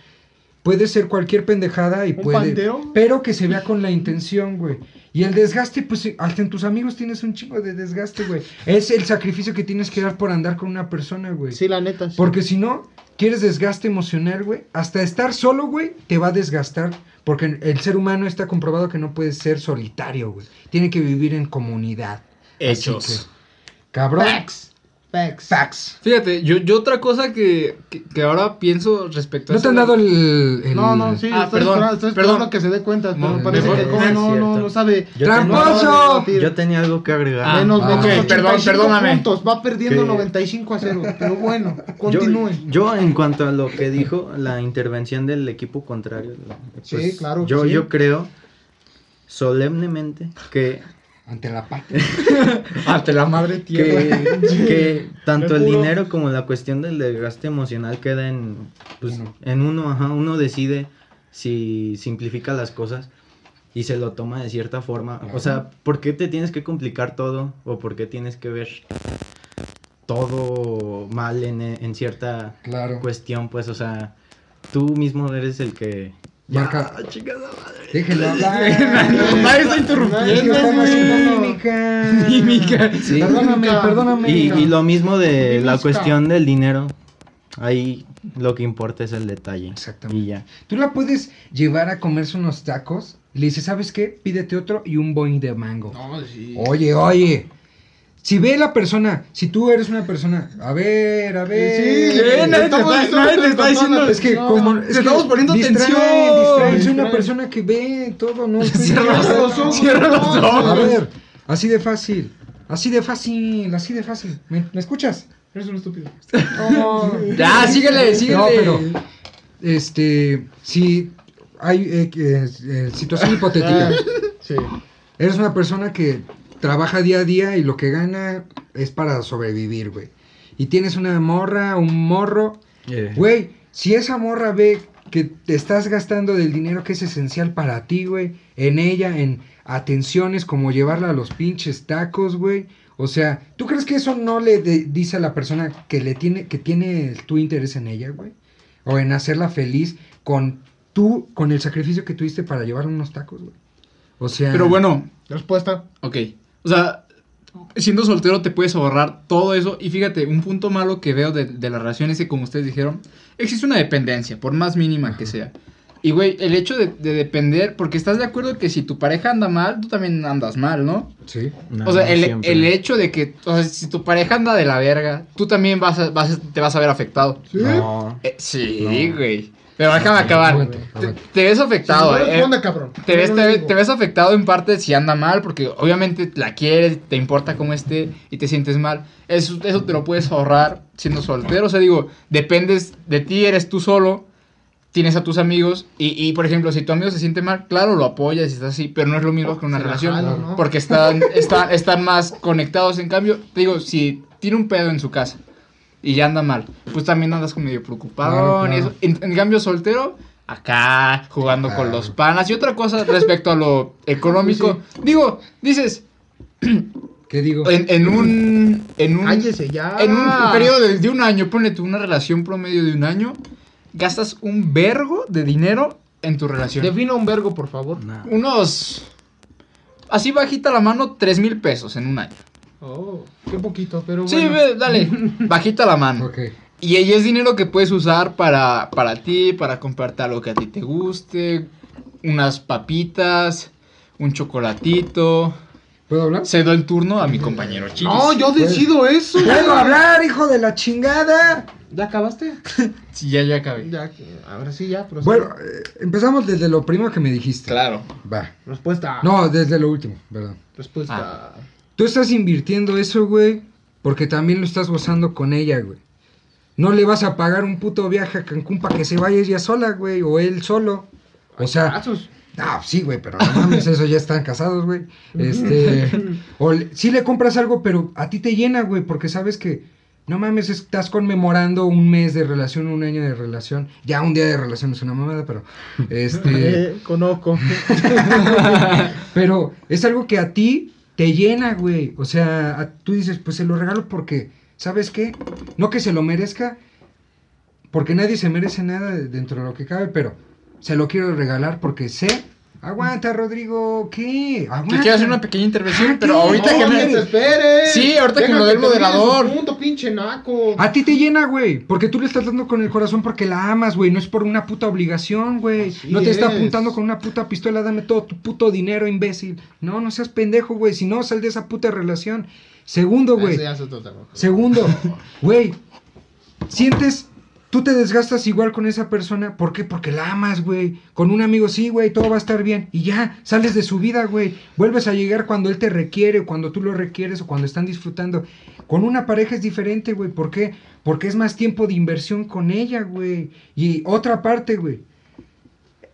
S2: puede ser cualquier pendejada y
S1: ¿Un
S2: puede.
S1: panteón?
S2: Pero que se vea con la intención, güey. Y el desgaste, pues, hasta en tus amigos tienes un chingo de desgaste, güey. Es el sacrificio que tienes que dar por andar con una persona, güey.
S1: Sí, la neta. sí.
S2: Porque si no, quieres desgaste emocional, güey. Hasta estar solo, güey, te va a desgastar. Porque el ser humano está comprobado que no puede ser solitario, güey. Tiene que vivir en comunidad. Así
S4: Hechos.
S2: que, cabrón.
S1: Facts. Facts.
S2: Facts.
S4: Fíjate, yo, yo otra cosa que, que, que ahora pienso respecto a
S2: ¿No te
S4: eso-
S2: han dado el, el-
S1: No, no, sí,
S4: Ah,
S1: estoy,
S4: perdón,
S1: esperando, estoy
S4: perdón.
S1: esperando que se dé cuenta, pero
S4: No,
S1: parece
S4: mejor-
S1: que el joven
S3: es
S1: no, no,
S3: cierto.
S1: no sabe.
S3: Yo
S2: ¡Tramposo!
S1: tenía-
S3: Yo tenía algo que agregar.
S4: Ah,
S1: menos,
S2: ah,
S1: menos
S2: ok,
S1: 85
S4: perdón, perdóname.
S1: puntos, va perdiendo
S3: Que-
S1: 95 a 0, pero bueno,
S3: Yo-
S1: continúen.
S3: Yo, en cuanto a lo que dijo, la intervención del equipo contrario. pues
S1: Sí, claro,
S3: Yo,
S1: sí.
S3: yo creo solemnemente que,
S2: Ante la pata. Ante la madre
S3: que, que tanto
S1: Me
S3: el
S1: juro.
S3: dinero como la cuestión del desgaste emocional queda en, pues,
S2: Uno.
S3: en uno. Ajá, uno decide si simplifica las cosas y se lo toma de cierta forma. O sea, ¿por qué te tienes que complicar todo? ¿O por qué tienes que ver todo mal en, en cierta
S2: Claro.
S3: cuestión, pues, o sea, tú mismo eres el que.
S2: Marca.
S3: Ya, chingada madre.
S2: Déjenlo hablar.
S4: Nadie está
S1: Nadie
S4: interrumpiendo,
S1: está
S2: estamos haciendo
S1: haciendo
S4: güey.
S2: mímica.
S4: Mímica.
S3: Sí.
S2: Perdóname,
S1: Mímica.
S2: perdóname.
S3: Y, y lo mismo de la
S1: Busca.
S3: cuestión del dinero. Ahí lo que importa es el detalle.
S2: Exactamente.
S3: Y ya.
S2: Tú la puedes llevar a comerse unos tacos. Le dices, ¿sabes qué? Pídete otro y un boing de mango.
S4: No, sí.
S2: Oye, oye. Si ve la persona, si tú eres una persona, a ver, a ver.
S1: Sí,
S4: Eh,
S1: Estamos
S4: nadie te está-
S1: diciendo
S4: nadie te
S1: que
S4: está
S1: con
S4: diciendo.
S1: todas
S2: Es que
S1: No,
S2: como
S4: te
S2: es que
S4: estamos poniendo
S2: distraen,
S4: tensión.
S2: distraen. Soy una
S1: Distraen.
S2: persona que ve todo, no.
S4: Cierra los ojos, cierra los ojos.
S2: A ver, así de fácil. Así de fácil, así de fácil. ¿Me, me escuchas?
S1: Eres un estúpido.
S4: Ya, síguele, síguele.
S2: No, pero este, si hay eh, que, eh, situación
S4: Ah,
S2: hipotética.
S1: Sí.
S2: Eres una persona que trabaja día a día y lo que gana es para sobrevivir, güey. Y tienes una morra, un morro. Güey, si esa morra ve que te estás gastando del dinero que es esencial para ti, güey, en ella, en atenciones como llevarla a los pinches tacos, güey. O sea, ¿tú crees que eso no le de- dice a la persona que le tiene que tiene tu interés en ella, güey? O en hacerla feliz con tú con el sacrificio que tuviste para llevarle unos tacos, güey. O sea,
S4: Pero bueno,
S1: Respuesta.
S4: ok. O sea, siendo soltero te puedes ahorrar todo eso. Y fíjate, un punto malo que veo de, de las relaciones es que, como ustedes dijeron, existe una dependencia, por más mínima que sea. Y, güey, el hecho de, de depender, porque estás de acuerdo que si tu pareja anda mal, tú también andas mal, ¿no?
S2: sí.
S3: No,
S4: o sea,
S3: no
S4: el,
S3: siempre.
S4: el hecho de que, o sea, si tu pareja anda de la verga, tú también vas a- vas a- te vas a ver afectado.
S1: Sí.
S3: No.
S4: Eh, sí,
S3: No.
S4: güey. Pero déjame acabar.
S2: Aguanta,
S4: Te,
S2: aguanta.
S4: te ves
S1: Si no
S4: afectado, eh.
S1: responda, cabrón.
S4: Te
S1: Yo
S4: ves,
S1: no
S4: te,
S1: le
S4: ve-
S1: digo.
S4: te ves afectado en parte si anda mal, porque obviamente la quieres, te importa cómo esté y te sientes mal. Eso, eso te lo puedes ahorrar siendo soltero. O sea, digo, dependes de ti, eres tú solo, tienes a tus amigos. Y, y, por ejemplo, si tu amigo se siente mal, claro, lo apoyas y estás así, pero no es lo mismo que una
S1: Se la
S4: relación.
S1: jalo, ¿no?
S4: Porque están, están, están más conectados. En cambio, te digo, si tiene un pedo en su casa y ya anda mal, pues también andas como medio preocupado.
S2: Claro, claro.
S4: y eso. En, en cambio, soltero, acá jugando con
S2: Claro.
S4: los panas. Y otra cosa respecto a lo económico, digo, dices,
S2: ¿Qué digo?
S4: en, en un. En un,
S1: Cállese ya.
S4: en un periodo de, de un año, ponle tú una relación promedio de un año, gastas un vergo de dinero en tu relación.
S1: Defina un vergo, por favor.
S3: No.
S4: ¿Eh? unos. Así bajita la mano, tres mil pesos en un año.
S1: Oh, qué poquito, pero
S4: Sí,
S1: bueno.
S4: ve, dale, bajita la mano.
S2: Ok.
S4: Y ahí es dinero que puedes usar para, para ti, para comprarte algo que a ti te guste, unas papitas, un chocolatito.
S2: ¿Puedo hablar?
S4: Cedo el turno a mi compañero Chiquis.
S1: No, yo decido eso.
S2: ¡Puedo hablar, hijo de la chingada!
S1: ¿Ya acabaste?
S4: Sí, ya, ya acabé.
S1: Ya, ahora sí, ya.
S4: Pues
S1: prosigue.
S2: Bueno, eh, empezamos desde lo primero que me dijiste.
S4: Claro.
S2: Va.
S1: Respuesta.
S2: No, desde lo último, perdón.
S1: Respuesta.
S2: Tú estás invirtiendo eso, güey, porque también lo estás gozando con ella, güey. No le vas a pagar un puto viaje a Cancún para que se vaya ella sola, güey, o él solo. O sea,
S1: Casos.
S2: ah, sí, güey, pero no mames, eso ya están casados, güey. Este, o le- sí le compras algo, pero a ti te llena, güey, porque sabes que, no mames, estás conmemorando un mes de relación, un año de relación. Ya un día de relación es una mamada, pero, este...
S1: Eh, conozco.
S2: Pero es algo que a ti te llena, güey. O sea, a- tú dices, pues se lo regalo porque, ¿sabes qué? No que se lo merezca, porque nadie se merece nada de- dentro de lo que cabe, pero se lo quiero regalar porque sé Aguanta, Rodrigo, ¿qué?
S4: Que
S2: Aguanta.
S4: quiero hacer una pequeña intervención,
S2: Ah,
S4: pero
S2: ¿qué?
S4: ahorita que me...
S1: esperes.
S4: Sí, ahorita que me lo dé el moderador.
S1: Punto, pinche naco.
S2: A ti te llena, güey. Porque tú le estás dando con el corazón porque la amas, güey. No es por una puta obligación, güey.
S1: Así
S2: No te está
S1: es.
S2: apuntando con una puta pistola. Dame todo tu puto dinero, imbécil. No, no seas pendejo, güey. Si no, sal de esa puta relación. Segundo, güey.
S1: Ese ya es otro tema.
S2: Segundo, güey. Sientes. Tú te desgastas igual con esa persona. ¿Por qué? Porque la amas, güey. Con un amigo, sí, güey, todo va a estar bien. Y ya, sales de su vida, güey. Vuelves a llegar cuando él te requiere, cuando tú lo requieres o cuando están disfrutando. Con una pareja es diferente, güey. ¿Por qué? Porque es más tiempo de inversión con ella, güey. Y otra parte, güey.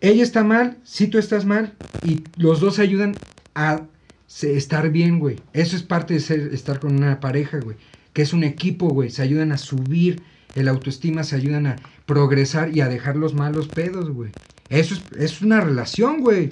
S2: Ella está mal, si tú estás mal, y los dos ayudan a se- estar bien, güey. Eso es parte de ser, estar con una pareja, güey. Que es un equipo, güey. Se ayudan a subir el autoestima, se ayudan a progresar y a dejar los malos pedos, güey. Eso es, es una relación, güey.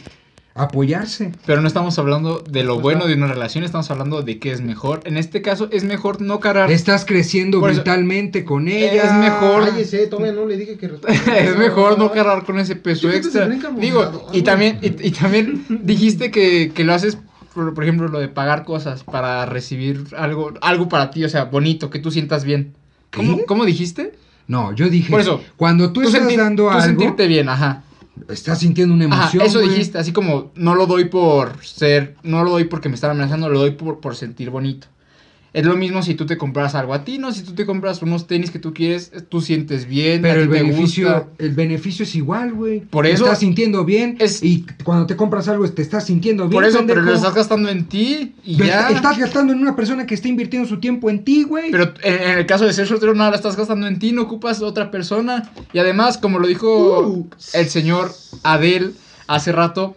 S2: Apoyarse.
S4: Pero no estamos hablando de lo bueno de una relación, estamos hablando de qué es mejor. En este caso, es mejor no cargar. Es,
S2: Estás creciendo
S4: Por eso-
S2: mentalmente con ella.
S4: es mejor-
S1: Cállese, todavía no le dije que
S4: mejor no cargar con ese peso
S1: Yo creo que se
S4: extra.
S1: brinca el
S4: Digo,
S1: borrador,
S4: y
S1: güey.
S4: también, y, y también dijiste que, que lo haces, por, por ejemplo, lo de pagar cosas para recibir algo, algo para ti, o sea, bonito, que tú sientas bien.
S2: ¿Qué?
S4: ¿Cómo, cómo dijiste?
S2: No, yo dije.
S4: Por eso,
S2: cuando tú, estás
S4: senti-
S2: dando
S4: tú
S2: algo,
S4: sentirte bien, ajá.
S2: estás sintiendo una
S4: Ajá,
S2: emoción.
S4: eso
S2: güey.
S4: dijiste, así como no lo doy por ser, no lo doy porque me están amenazando, lo doy por, por sentir bonito. Es lo mismo si tú te compras algo a ti, ¿no? Si tú te compras unos tenis que tú quieres, tú sientes bien, a
S2: Pero
S4: ti
S2: el
S4: te
S2: beneficio,
S4: gusta.
S2: el beneficio es igual, güey.
S4: Por
S2: Te
S4: eso-
S2: estás sintiendo bien.
S4: es-
S2: Y cuando te compras algo, te estás sintiendo bien.
S4: Por eso,
S2: pendejo.
S4: pero lo estás gastando en ti y
S2: Lo
S4: ya.
S2: est- Estás gastando en una persona que está invirtiendo su tiempo en ti, güey.
S4: Pero en, en el caso de ser soltero, nada, la estás gastando en ti, no ocupas otra persona. Y además, como lo dijo
S1: Uh.
S4: el señor Adel hace rato,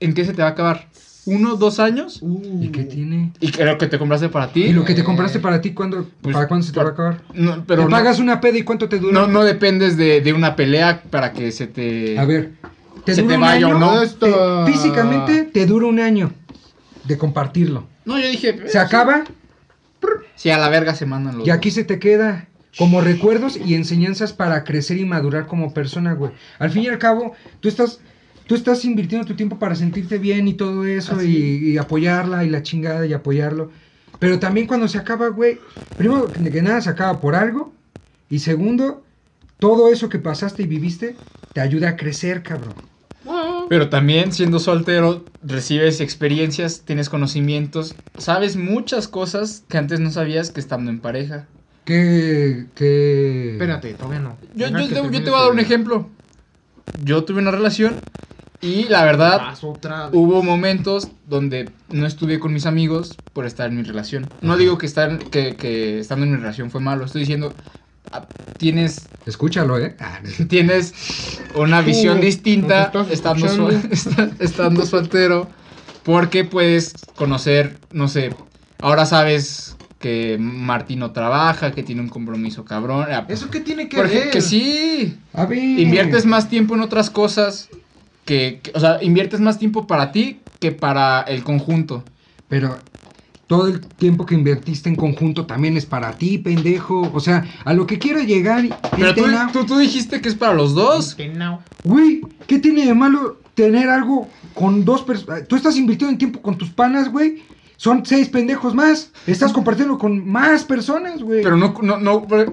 S4: ¿en qué se te va a acabar? ¿Uno, dos años?
S1: Uh.
S2: ¿Y qué tiene?
S4: Y que lo que te compraste para ti.
S2: ¿Y lo que te
S1: Eh,
S2: compraste para ti, cuándo,
S4: pues,
S2: para cuándo se te va
S4: para-
S2: a acabar?
S4: No, pero
S2: ¿Te
S4: no-
S2: pagas una peda y cuánto te dura?
S4: No, no dependes de, de una pelea para que se te.
S2: A ver, ¿te
S4: Se
S2: dura
S4: te
S2: un
S4: vaya o
S2: año?
S4: no.
S2: Te- eh, físicamente te dura un año de compartirlo.
S4: No, yo dije. eh,
S2: Se acaba
S4: Sí, a la verga se mandan los.
S2: y aquí se te queda como recuerdos y enseñanzas para crecer y madurar como persona, güey. Al fin y al cabo, tú estás... Tú estás invirtiendo tu tiempo para sentirte bien y todo eso y, y apoyarla y la chingada y apoyarlo. Pero también cuando se acaba, güey, primero que que nada se acaba por algo y segundo, todo eso que pasaste y viviste te ayuda a crecer, cabrón.
S4: dos. Pero también siendo soltero, recibes experiencias, tienes conocimientos, sabes muchas cosas que antes no sabías que estando en pareja.
S2: Que, que...
S1: Espérate, todavía no.
S4: Yo,
S1: Deja
S4: yo
S1: que
S4: te, yo
S1: termine
S4: te voy a dar un
S1: este
S4: ejemplo. Yo tuve una relación y la verdad
S1: Vas otra vez.
S4: hubo momentos donde no estuve con mis amigos por estar en mi relación. No digo que, estar, que, que estando en mi relación fue malo, estoy diciendo, ah, tienes
S2: Escúchalo, ¿eh? Ah, no es-
S4: tienes una visión
S1: Uh,
S4: distinta
S1: ¿nos estás
S4: estando, sol- estando soltero porque puedes conocer, no sé, ahora sabes que Martino trabaja, que tiene un compromiso cabrón. eh,
S1: ¿Eso qué tiene que
S4: por ejemplo,
S1: ver?
S4: que sí,
S2: A ver.
S4: inviertes más tiempo en otras cosas que, que- o sea, inviertes más tiempo para ti que para el conjunto.
S2: Pero todo el tiempo que invertiste en conjunto también es para ti, pendejo. O sea, a lo que quiero llegar.
S4: Pero tú,
S2: entena-
S4: tú, tú dijiste que es para los dos.
S1: Que no.
S2: Güey, ¿qué tiene de malo tener algo con dos personas? Tú estás invirtiendo en tiempo con tus panas, güey. Son seis pendejos más. Estás compartiendo con más personas, güey.
S4: Pero no, no, no, por-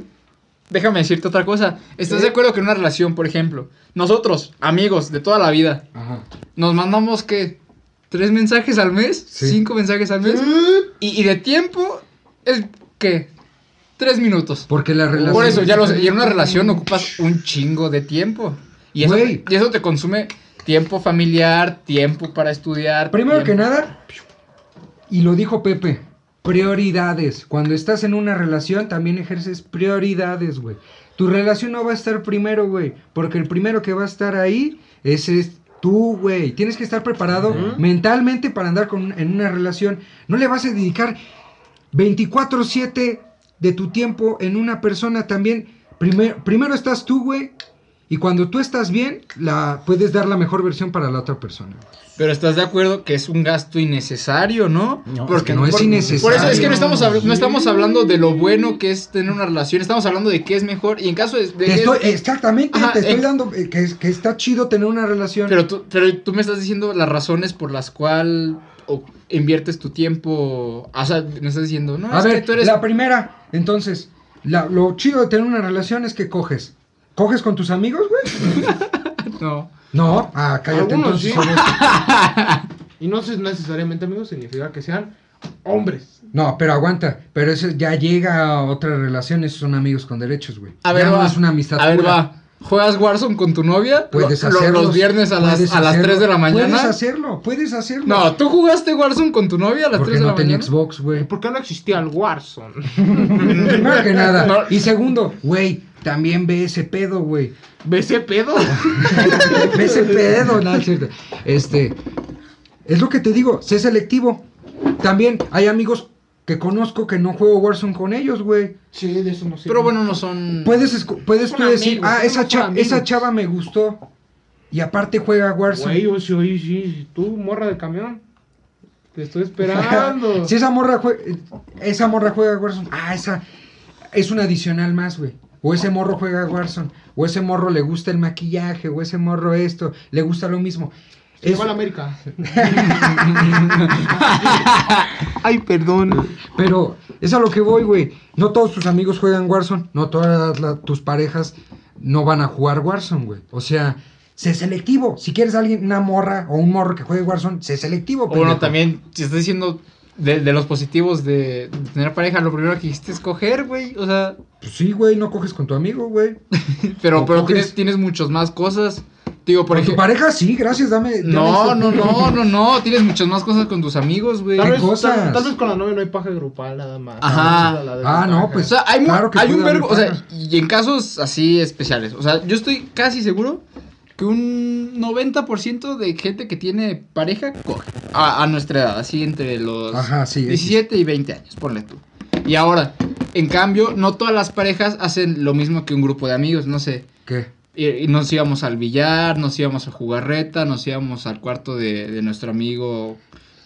S4: déjame decirte otra cosa. ¿Estás
S2: ¿Eh?
S4: de acuerdo que en una relación, por ejemplo, nosotros, amigos de toda la vida,
S2: Ajá.
S4: nos mandamos que tres mensajes al mes,
S2: Sí. ¿Eh?
S4: cinco mensajes al mes, y, y de tiempo es que tres minutos.
S2: Porque la relación.
S4: Por eso, ya lo sé, y en una relación ocupas un chingo de tiempo. Y eso,
S2: Güey.
S4: y eso te consume tiempo familiar, tiempo para estudiar.
S2: Primero que
S4: tiempo-
S2: nada, y lo dijo Pepe, prioridades. Cuando estás en una relación, también ejerces prioridades, güey. Tu relación no va a estar primero, güey. Porque el primero que va a estar ahí es, es tú, güey. Tienes que estar preparado mentalmente para andar con, en una relación. No le vas a dedicar 24-7 de tu tiempo en una persona también. Primer- primero estás tú, güey. Y cuando tú estás bien, la puedes dar la mejor versión para la otra persona.
S4: Pero estás de acuerdo que es un gasto innecesario, ¿no?
S3: No,
S2: es que no es
S4: por-
S2: innecesario.
S4: Por eso es que no estamos, habl- no estamos hablando de lo bueno que es tener una relación, estamos hablando de qué es mejor. Y en caso de. de-
S2: Te estoy- exactamente,
S4: Ajá,
S2: te estoy
S4: eh.
S2: dando eh, que, es- que está chido tener una relación.
S4: pero, tú, pero tú me estás diciendo las razones por las cuales inviertes tu tiempo. O sea, me estás diciendo, no,
S2: A
S4: es que
S2: ver,
S4: tú eres.
S2: la primera, entonces, la- lo chido de tener una relación es que coges. ¿Coges con tus amigos, güey?
S4: No.
S2: No, ah, cállate
S1: Algunos sí.
S2: entonces. somos-
S1: Y no es necesariamente, amigos, significa que sean hombres.
S2: No, pero aguanta, pero eso ya llega a otra relación, esos son amigos con derechos, güey.
S4: A ver,
S2: ya no
S4: va.
S2: es una amistad
S4: A ver,
S2: pura.
S4: va. ¿Juegas Warzone con tu novia?
S2: Puedes
S4: Lo- lo-
S2: hacerlo.
S4: Los viernes a las,
S2: puedes
S4: a las
S2: hacerlo,
S4: 3 de la mañana.
S2: Puedes hacerlo, puedes hacerlo.
S4: No, ¿tú jugaste Warzone con tu novia a las
S2: porque
S4: 3 de
S2: no
S4: la mañana?
S2: tenía Xbox, güey.
S1: ¿Por qué no existía el Warzone?
S2: Primero que nada.
S4: No.
S2: Y segundo, güey, también ve ese pedo, güey.
S1: ¿Ve ese pedo?
S2: Ve ese pedo, no, es cierto. Este, es lo que te digo, sé selectivo. También hay amigos que conozco que no juego Warzone con ellos, güey.
S1: Sí, de eso no sé.
S4: Pero bueno, no son.
S2: Puedes, esco- puedes
S1: Son
S2: tú decir,
S1: amigos,
S2: ah,
S1: son
S2: esa,
S1: mejor
S2: cha-
S1: amigos".
S2: esa chava me gustó. Y aparte juega Warzone.
S1: Güey, oye, oye, sí, tú, morra de camión. Te estoy esperando.
S2: si esa morra juega, esa morra juega Warzone, ah, esa es un adicional más, güey. O ese morro juega Warzone, o ese morro le gusta el maquillaje, o ese morro esto, le gusta lo mismo.
S1: Se
S2: Es-
S1: fue a la América.
S4: Ay, perdón.
S2: pero es a lo que voy, güey. No todos tus amigos juegan Warzone, no todas la- tus parejas no van a jugar Warzone, güey. O sea, sé selectivo. Si quieres a alguien, una morra o un morro que juegue Warzone, sé selectivo.
S4: O Pues
S2: pendejo.
S4: bueno, también, si estás diciendo de, de los positivos de tener pareja, lo primero que hiciste es coger, güey. O sea,
S2: Pues sí, güey, no coges con tu amigo, güey.
S4: pero,
S2: No
S4: pero
S2: coges.
S4: tienes, tienes muchas más cosas. Digo, por
S2: Con tu
S4: ejemplo.
S2: pareja, sí, gracias, dame. dame
S4: No,
S2: ese
S4: no,
S2: punto.
S4: no, no, no. Tienes muchas más cosas con tus amigos, güey.
S1: Tal
S2: ¿Qué
S1: vez, tal-
S2: cosas?
S1: Tal, vez con la novia no hay paja grupal, nada más.
S4: Ajá.
S1: Esa es la
S2: Ah, no,
S1: desventaja.
S4: O
S2: pues.
S4: sea, hay, mu-
S2: Claro que
S4: hay
S2: puede
S4: un
S2: haber
S4: vergo, o sea,
S2: paja.
S4: y en casos así especiales. O sea, yo estoy casi seguro que un 90% de gente que tiene pareja coge a, a nuestra edad, así entre los
S2: Ajá, sí, X.
S4: 17 y 20 años, ponle tú. Y ahora, en cambio, no todas las parejas hacen lo mismo que un grupo de amigos, no sé.
S2: ¿Qué?
S4: Y, y nos íbamos al billar, nos íbamos a jugar reta, nos íbamos al cuarto de, de nuestro amigo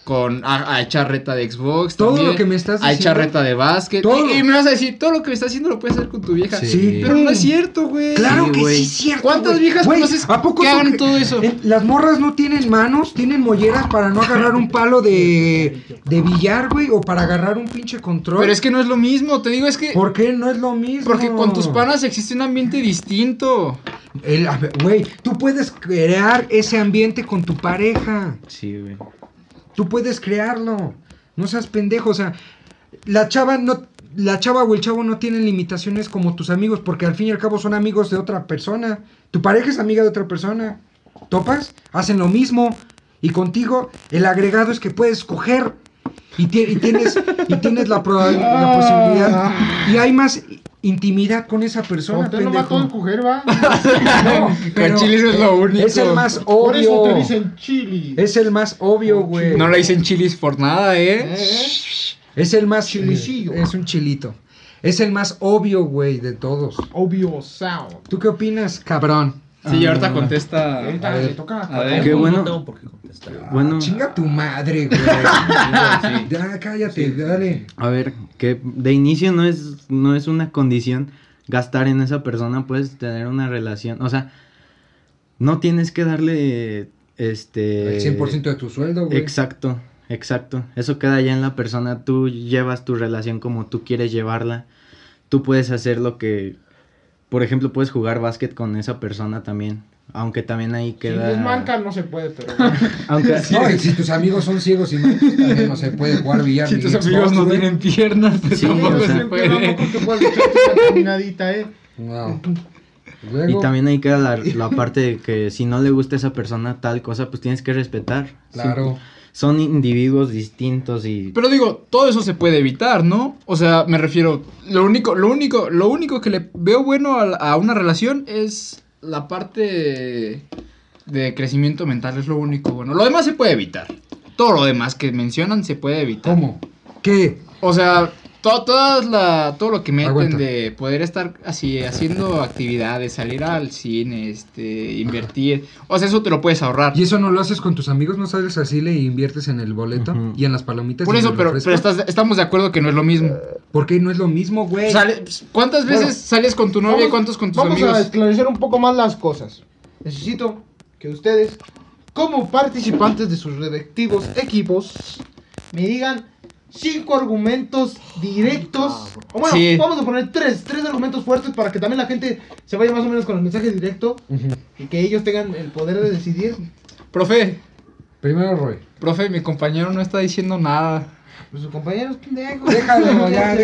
S4: con a, a echar reta de Xbox.
S2: Todo
S4: también,
S2: lo que me estás
S4: A
S2: diciendo-
S4: echar reta de básquet.
S2: Todo.
S4: Y, y me vas a decir, todo lo que me estás haciendo lo puedes hacer con tu vieja.
S2: Sí.
S4: Pero no es cierto, güey.
S2: Claro
S3: Sí,
S2: que
S3: güey.
S2: sí es cierto.
S4: ¿Cuántas
S2: güey.
S4: viejas
S2: Güey,
S4: conoces
S2: ¿a poco
S4: que
S2: tú
S4: hagan
S2: cre-
S4: todo eso?
S2: Eh, Las morras no tienen manos, tienen molleras para no agarrar un palo de, de billar, güey, o para agarrar un pinche control.
S4: Pero es que no es lo mismo, te digo, es que...
S2: ¿Por qué no es lo mismo?
S4: Porque con tus panas existe un ambiente distinto.
S2: El- a ver, Güey, tú puedes crear ese ambiente con tu pareja.
S3: Sí, güey.
S2: Tú puedes crearlo. No seas pendejo, o sea, la chava no la chava o el chavo no tienen limitaciones como tus amigos porque al fin y al cabo son amigos de otra persona. Tu pareja es amiga de otra persona. ¿Topas? Hacen lo mismo y contigo el agregado es que puedes coger y, ti- y tienes y tienes la, proba- la posibilidad y hay más intimidad con esa persona,
S1: Usted no mató
S2: pendejo.
S1: en coger, va.
S2: No, pero
S4: Con chiles es lo único.
S2: es el más
S1: Por eso te
S2: obvio.
S1: dicen chili.
S2: Es el más obvio, güey.
S4: No la dicen chilis por nada, ¿eh?
S1: ¿Eh?
S2: Es el más
S1: Chilicillo.
S2: Es un chilito. Es el más obvio, güey, de todos.
S1: Obvio sound.
S2: ¿Tú qué opinas, cabrón?
S4: Sí,
S2: Ah,
S4: ahorita contesta...
S1: Ahorita le toca.
S4: a ver.
S3: Qué
S5: No
S3: bueno.
S5: tengo por qué contestar.
S4: Ah,
S3: Bueno,
S2: Ah, Chinga tu madre, güey.
S5: Sí,
S2: ya, cállate, dale.
S3: a ver, que de inicio no es, no es una condición gastar en esa persona, puedes tener una relación. O sea, no tienes que darle este.
S4: Eh,
S2: El 100% de tu sueldo, güey.
S3: Exacto, exacto. Eso queda ya en la persona. Tú llevas tu relación como tú quieres llevarla. Tú puedes hacer lo que. Por ejemplo, puedes jugar básquet con esa persona también. Aunque también ahí
S1: Si
S3: queda.
S1: es manca, no se puede, pero.
S3: Aunque.
S2: No, y si tus amigos son ciegos y no, también no se puede jugar billar.
S4: Si
S2: ni
S4: tus
S2: Xbox,
S4: amigos no
S2: güey.
S4: tienen piernas, pues
S3: Sí,
S4: tampoco
S3: o sea. eh,
S4: se
S1: Pero
S4: puede.
S1: tampoco te puedes echar una caminadita, eh.
S2: No.
S3: Y
S2: Luego,
S3: también ahí queda la, la parte de que si no le gusta a esa persona tal cosa, pues tienes que respetar.
S2: claro.
S3: Son individuos distintos y.
S4: Pero digo, todo eso se puede evitar, ¿no? O sea, me refiero, lo único, lo único, lo único que le veo bueno a, la- a una relación es la parte de crecimiento mental, es lo único bueno. Lo demás se puede evitar. Todo lo demás que mencionan se puede evitar.
S2: ¿Cómo? ¿Qué?
S4: O sea, to- todas la, todo lo que meten
S2: Aguanta.
S4: de poder estar así haciendo actividades, salir al cine, este, invertir. O sea, eso te lo puedes ahorrar.
S2: Y eso no lo haces con tus amigos, no sales así le inviertes en el boleto
S3: Ujú.
S2: y en las palomitas.
S4: Por
S2: y en
S4: eso,
S2: este el
S4: pero,
S2: refresco.
S4: pero estás- estamos de acuerdo que no es lo mismo.
S2: ¿Por qué no es lo mismo, güey?
S4: Sale- ¿Cuántas veces
S1: Eh, Bueno.
S4: sales con tu novia y cuántos con tus
S1: vamos a
S4: amigos?
S1: esclarecer un poco más las cosas. Necesito que ustedes, como participantes de sus respectivos equipos, me digan cinco argumentos directos. O bueno,
S4: Sí.
S1: vamos a poner tres, tres argumentos fuertes para que también la gente se vaya más o menos con el mensaje directo
S2: Ujú.
S1: y que ellos tengan el poder de decidir.
S4: Profe,
S2: Primero, Roy.
S4: profe, mi compañero no está diciendo nada.
S1: Pues sus compañeros pendejos.
S2: Déjalo, ya,
S1: Hay que-
S2: déjalo,
S1: hay que- Hay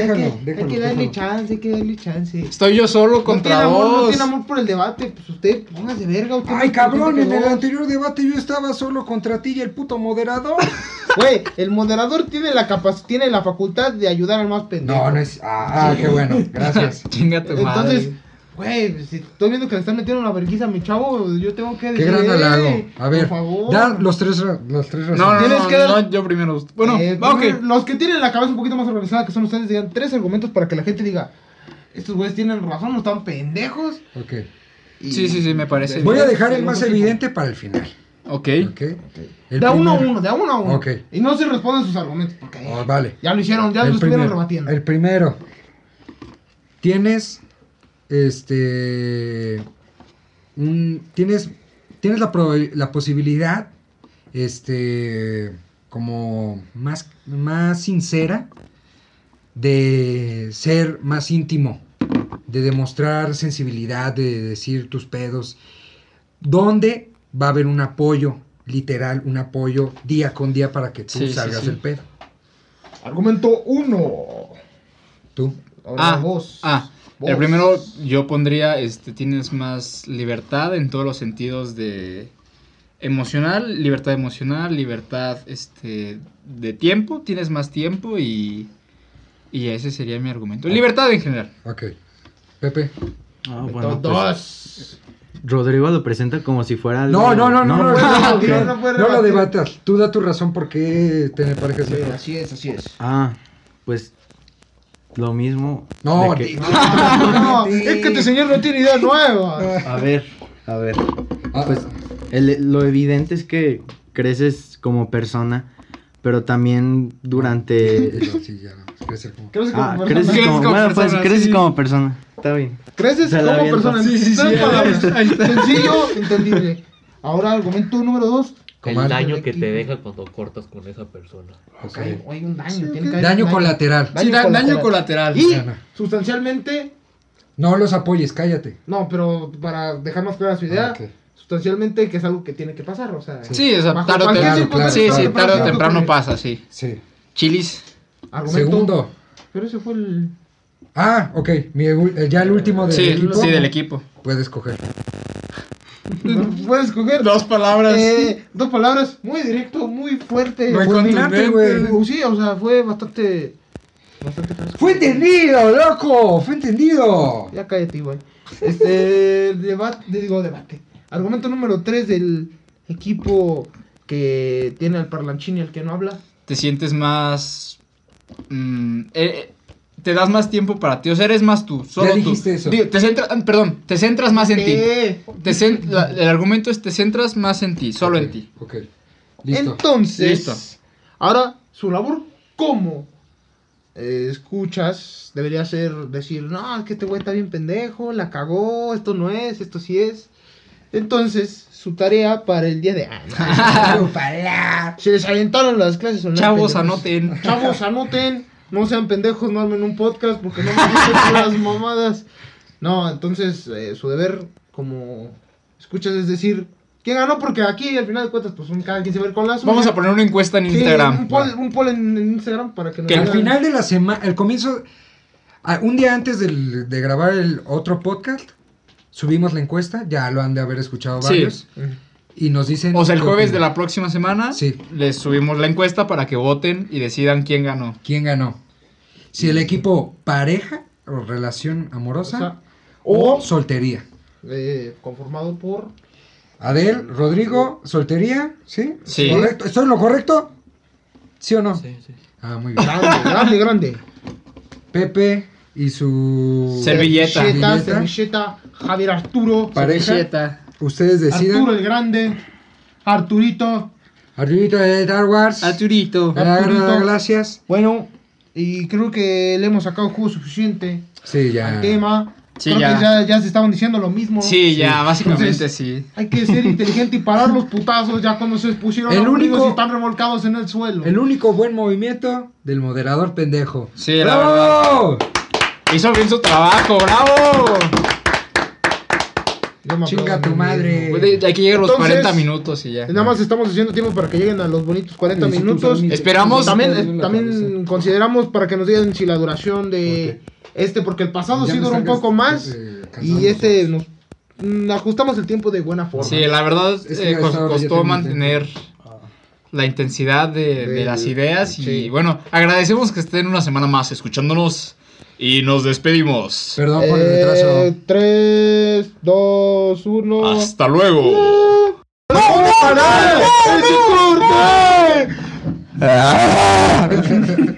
S2: déjalo,
S1: que darle
S2: déjalo.
S1: chance, hay que darle chance.
S4: Estoy yo solo
S1: no
S4: contra
S1: tiene amor, no
S4: dos.
S1: tiene amor por el debate, pues usted póngase verga. usted
S2: Ay,
S1: no-
S2: cabrón,
S1: usted
S2: en el
S1: quedó.
S2: anterior debate yo estaba solo contra ti y el puto moderador.
S1: Güey, el moderador tiene la capac tiene la facultad de ayudar al más pendejo.
S2: No, no es. Ah, ah, qué bueno, gracias.
S4: Chinga tu madre.
S1: Entonces, güey, si estoy viendo que le están metiendo una vergüenza a mi chavo, yo tengo que
S2: Qué
S1: decir.
S2: gran
S1: "Ey,
S2: halago. A ver,
S1: por favor.
S2: da los tres, ra- las tres razones.
S4: no, no,
S1: tienes
S4: no,
S1: que dar-
S4: no, yo primero. Bueno,
S1: Eh,
S4: va, ok.
S1: primero, los que tienen la cabeza un poquito más organizada que son ustedes, digan tres argumentos para que la gente diga, estos güeyes tienen razón, no están pendejos.
S2: Ok.
S1: Y-
S4: Sí, sí, sí, me parece.
S2: Voy a
S1: de-
S2: dejar el
S1: Sí,
S2: más
S1: sí.
S2: evidente para el final.
S4: Ok.
S2: Ok. El
S1: da uno a
S2: primero.
S1: uno, da uno a uno.
S2: Ok.
S1: Y no se responden sus argumentos, porque
S2: Oh, vale.
S1: ya lo hicieron, ya lo estuvieron
S2: primero,
S1: rebatiendo.
S2: El primero. Tienes. Este. un- tienes. Tienes la, proba- la posibilidad. Este. Como más, más sincera. De ser más íntimo. De demostrar sensibilidad. De decir tus pedos. Donde va a haber un apoyo. Literal, un apoyo día con día para que tú
S4: Sí, sí,
S2: salgas
S4: sí.
S2: del pedo.
S1: Argumento uno.
S2: Tú.
S1: Ahora
S4: Ah,
S1: vos.
S4: ah, el
S1: Vos.
S4: primero yo pondría, este, tienes más libertad en todos los sentidos de emocional, libertad emocional, libertad, este, de tiempo, tienes más tiempo y, y ese sería mi argumento. Libertad en general.
S2: Ok. Pepe.
S3: Ah,
S1: Entonces,
S3: bueno, pues,
S1: dos.
S3: Rodrigo lo presenta como si fuera algo-
S2: No, no, no, no, no,
S3: güey.
S1: puede
S2: no,
S1: debatir,
S2: no,
S1: no puede
S2: no lo
S1: debatir.
S2: debatas. Tú da tu razón por qué tener parejas
S1: Sí,
S2: lejos.
S1: así es, así es.
S3: Ah, pues lo mismo.
S2: No,
S3: de que-
S2: di-
S1: No, es que este señor no tiene idea nueva.
S3: A ver, a ver.
S2: Ah,
S3: Pues el- lo evidente es que creces como persona, pero también durante...
S2: eh, no, sí, ya no, es crecer como-
S1: Creces como
S3: Ah,
S1: persona.
S3: creces como,
S4: como
S3: bueno, pues
S4: persona,
S3: creces
S4: sí.
S3: como persona. Está bien.
S1: Creces
S3: Se la
S1: como
S3: avienta.
S1: persona.
S4: Sí, sí,
S1: Tres
S4: sí,
S1: palabras.
S4: ahí está.
S1: Sencillo, entendible. Ahora, argumento número dos.
S2: como
S5: el
S2: algo
S5: daño
S1: de
S5: que
S1: equipo.
S5: te deja cuando cortas con esa persona.
S2: o sea,
S1: Hay, hay un daño. tiene que haber
S2: pues, eh, Daño
S1: un
S2: colateral.
S1: Daño
S4: Sí, da- daño
S1: colateral.
S4: colateral.
S1: Y
S2: Ajá.
S1: sustancialmente,
S2: No los apoyes, cállate.
S1: no, pero para dejar más clara su idea,
S2: Ah, ok.
S1: sustancialmente que es algo que tiene que pasar. O sea,
S4: Sí, o sea,
S1: Bajo
S4: tarde o
S1: cualquier
S4: temprano.
S2: circunstancia,
S4: sí, sí,
S2: tarde o
S4: tarde o
S1: temprano.
S4: temprano pasa, sí.
S2: Sí.
S4: Chilis.
S1: argumento.
S2: Segundo.
S1: Pero ese fue el.
S2: Ah, ok. mi ul- eh, ya el último del
S4: Sí,
S2: equipo.
S4: sí, del equipo.
S2: Puedes coger.
S1: Puedes coger.
S4: Dos palabras.
S1: Eh, dos palabras muy directo, muy fuerte.
S2: No hay
S1: Fue
S2: contundente,
S1: contundente,
S2: güey.
S1: Sí, o sea, fue bastante. Bastante fresco.
S2: ¡Fue entendido, loco! ¡Fue entendido!
S1: Ya cállate, güey. Este. debate. Digo, debate. Argumento número 3 del equipo que tiene al parlanchín y al que no habla.
S4: te sientes más. mm, eh, te das más tiempo para ti. O sea, eres más tú. Solo tú.
S2: dijiste eso.
S4: Digo, te centra- ah, perdón, te centras más en ti.
S1: Eh,
S4: Te cen- la- el argumento es te centras más en ti, solo
S2: Ok,
S4: en ti.
S2: Ok. Listo.
S1: Entonces.
S4: Listo.
S1: Ahora, su labor como eh, escuchas debería ser decir, no, es que este güey está bien pendejo, la cagó, esto no es, esto sí es. Entonces, su tarea para el día de Ojalá. Se les aventaron las clases online.
S4: Chavos,
S1: pendejos.
S4: anoten.
S1: Chavos, anoten. No sean pendejos, no armen un podcast porque no me gustan las mamadas. No, entonces eh, su deber como escuchas es decir quién ganó porque aquí al final de cuentas pues un cada quien se va a ir con las
S4: Vamos
S1: suyas.
S4: a poner una encuesta en
S1: Sí, Un
S4: Instagram.
S1: poll, un poll en, en Instagram para que nos
S4: Que
S2: Al
S1: digan-
S2: final de la semana, al comienzo, a- un día antes del- de grabar el otro podcast, subimos la encuesta, ya lo han de haber escuchado
S4: Sí.
S2: varios,
S1: Ujú.
S2: y nos dicen...
S4: O sea, el
S2: qué
S4: jueves de
S2: opinan.
S4: la próxima semana
S2: Sí.
S4: les subimos la encuesta para que voten y decidan quién ganó.
S2: ¿Quién ganó? Si el equipo pareja o relación
S1: O
S2: amorosa
S1: sea, o
S2: o, soltería.
S1: eh, conformado por
S2: Adel, Rodrigo, soltería, ¿sí?
S4: Sí.
S2: ¿Correcto? ¿Estoy en lo correcto? ¿Sí o no?
S5: Sí, sí.
S2: Ah, muy bien.
S1: grande, grande, grande.
S2: Pepe y su
S4: Servilleta.
S1: Servilleta,
S2: servilleta.
S1: servilleta, Javier Arturo.
S2: pareja.
S4: Servilleta.
S2: Ustedes
S1: Arturo
S2: decidan.
S1: el Grande. Arturito.
S2: Arturito de Star Wars.
S4: Arturito.
S2: Le agarran
S1: Arturito.
S2: las gracias.
S1: Bueno, y creo que le hemos sacado jugo suficiente
S2: Sí, ya.
S1: al tema.
S4: Sí,
S1: creo
S4: ya.
S1: que ya, ya se estaban diciendo lo mismo.
S4: Sí, ya, básicamente
S1: Entonces,
S4: sí.
S1: Hay que ser inteligente y parar los putazos ya cuando se pusieron
S2: El
S1: aburridos
S2: único-
S1: y están revolcados en el suelo.
S2: El único buen movimiento del moderador pendejo.
S4: Sí, la
S2: ¡Bravo!
S4: Hizo bien su trabajo, bravo.
S1: Yo me
S2: Chinga
S1: aplaudo
S2: tu
S1: a mí
S2: madre.
S1: mismo.
S4: Pues de- de aquí llegan los
S1: Entonces,
S4: 40 minutos y ya.
S1: Nada más estamos haciendo tiempo para que lleguen a los bonitos 40
S2: Necesito
S1: minutos.
S2: usar mi-
S4: Esperamos-
S1: También,
S2: Necesito usar mi-
S1: también consideramos para que nos digan si la duración de este, porque el pasado
S2: Ya
S1: sí
S2: me
S1: duró un
S2: sacas,
S1: poco más
S2: eh, cansado
S1: y este
S2: los ojos.
S1: nos mm, ajustamos el tiempo de buena forma.
S4: Sí, la verdad
S2: Es que
S4: eh,
S2: ya
S4: cos-
S2: estaba- ya
S4: costó
S2: tenía
S4: mantener la intensidad de, de
S1: Del-
S4: las ideas
S1: sí.
S4: y bueno, agradecemos que estén una semana más escuchándonos y nos despedimos.
S2: Perdón por el
S1: Eh,
S2: retraso.
S1: 3, 2, 1.
S4: Hasta luego.
S1: ¡Es un corte!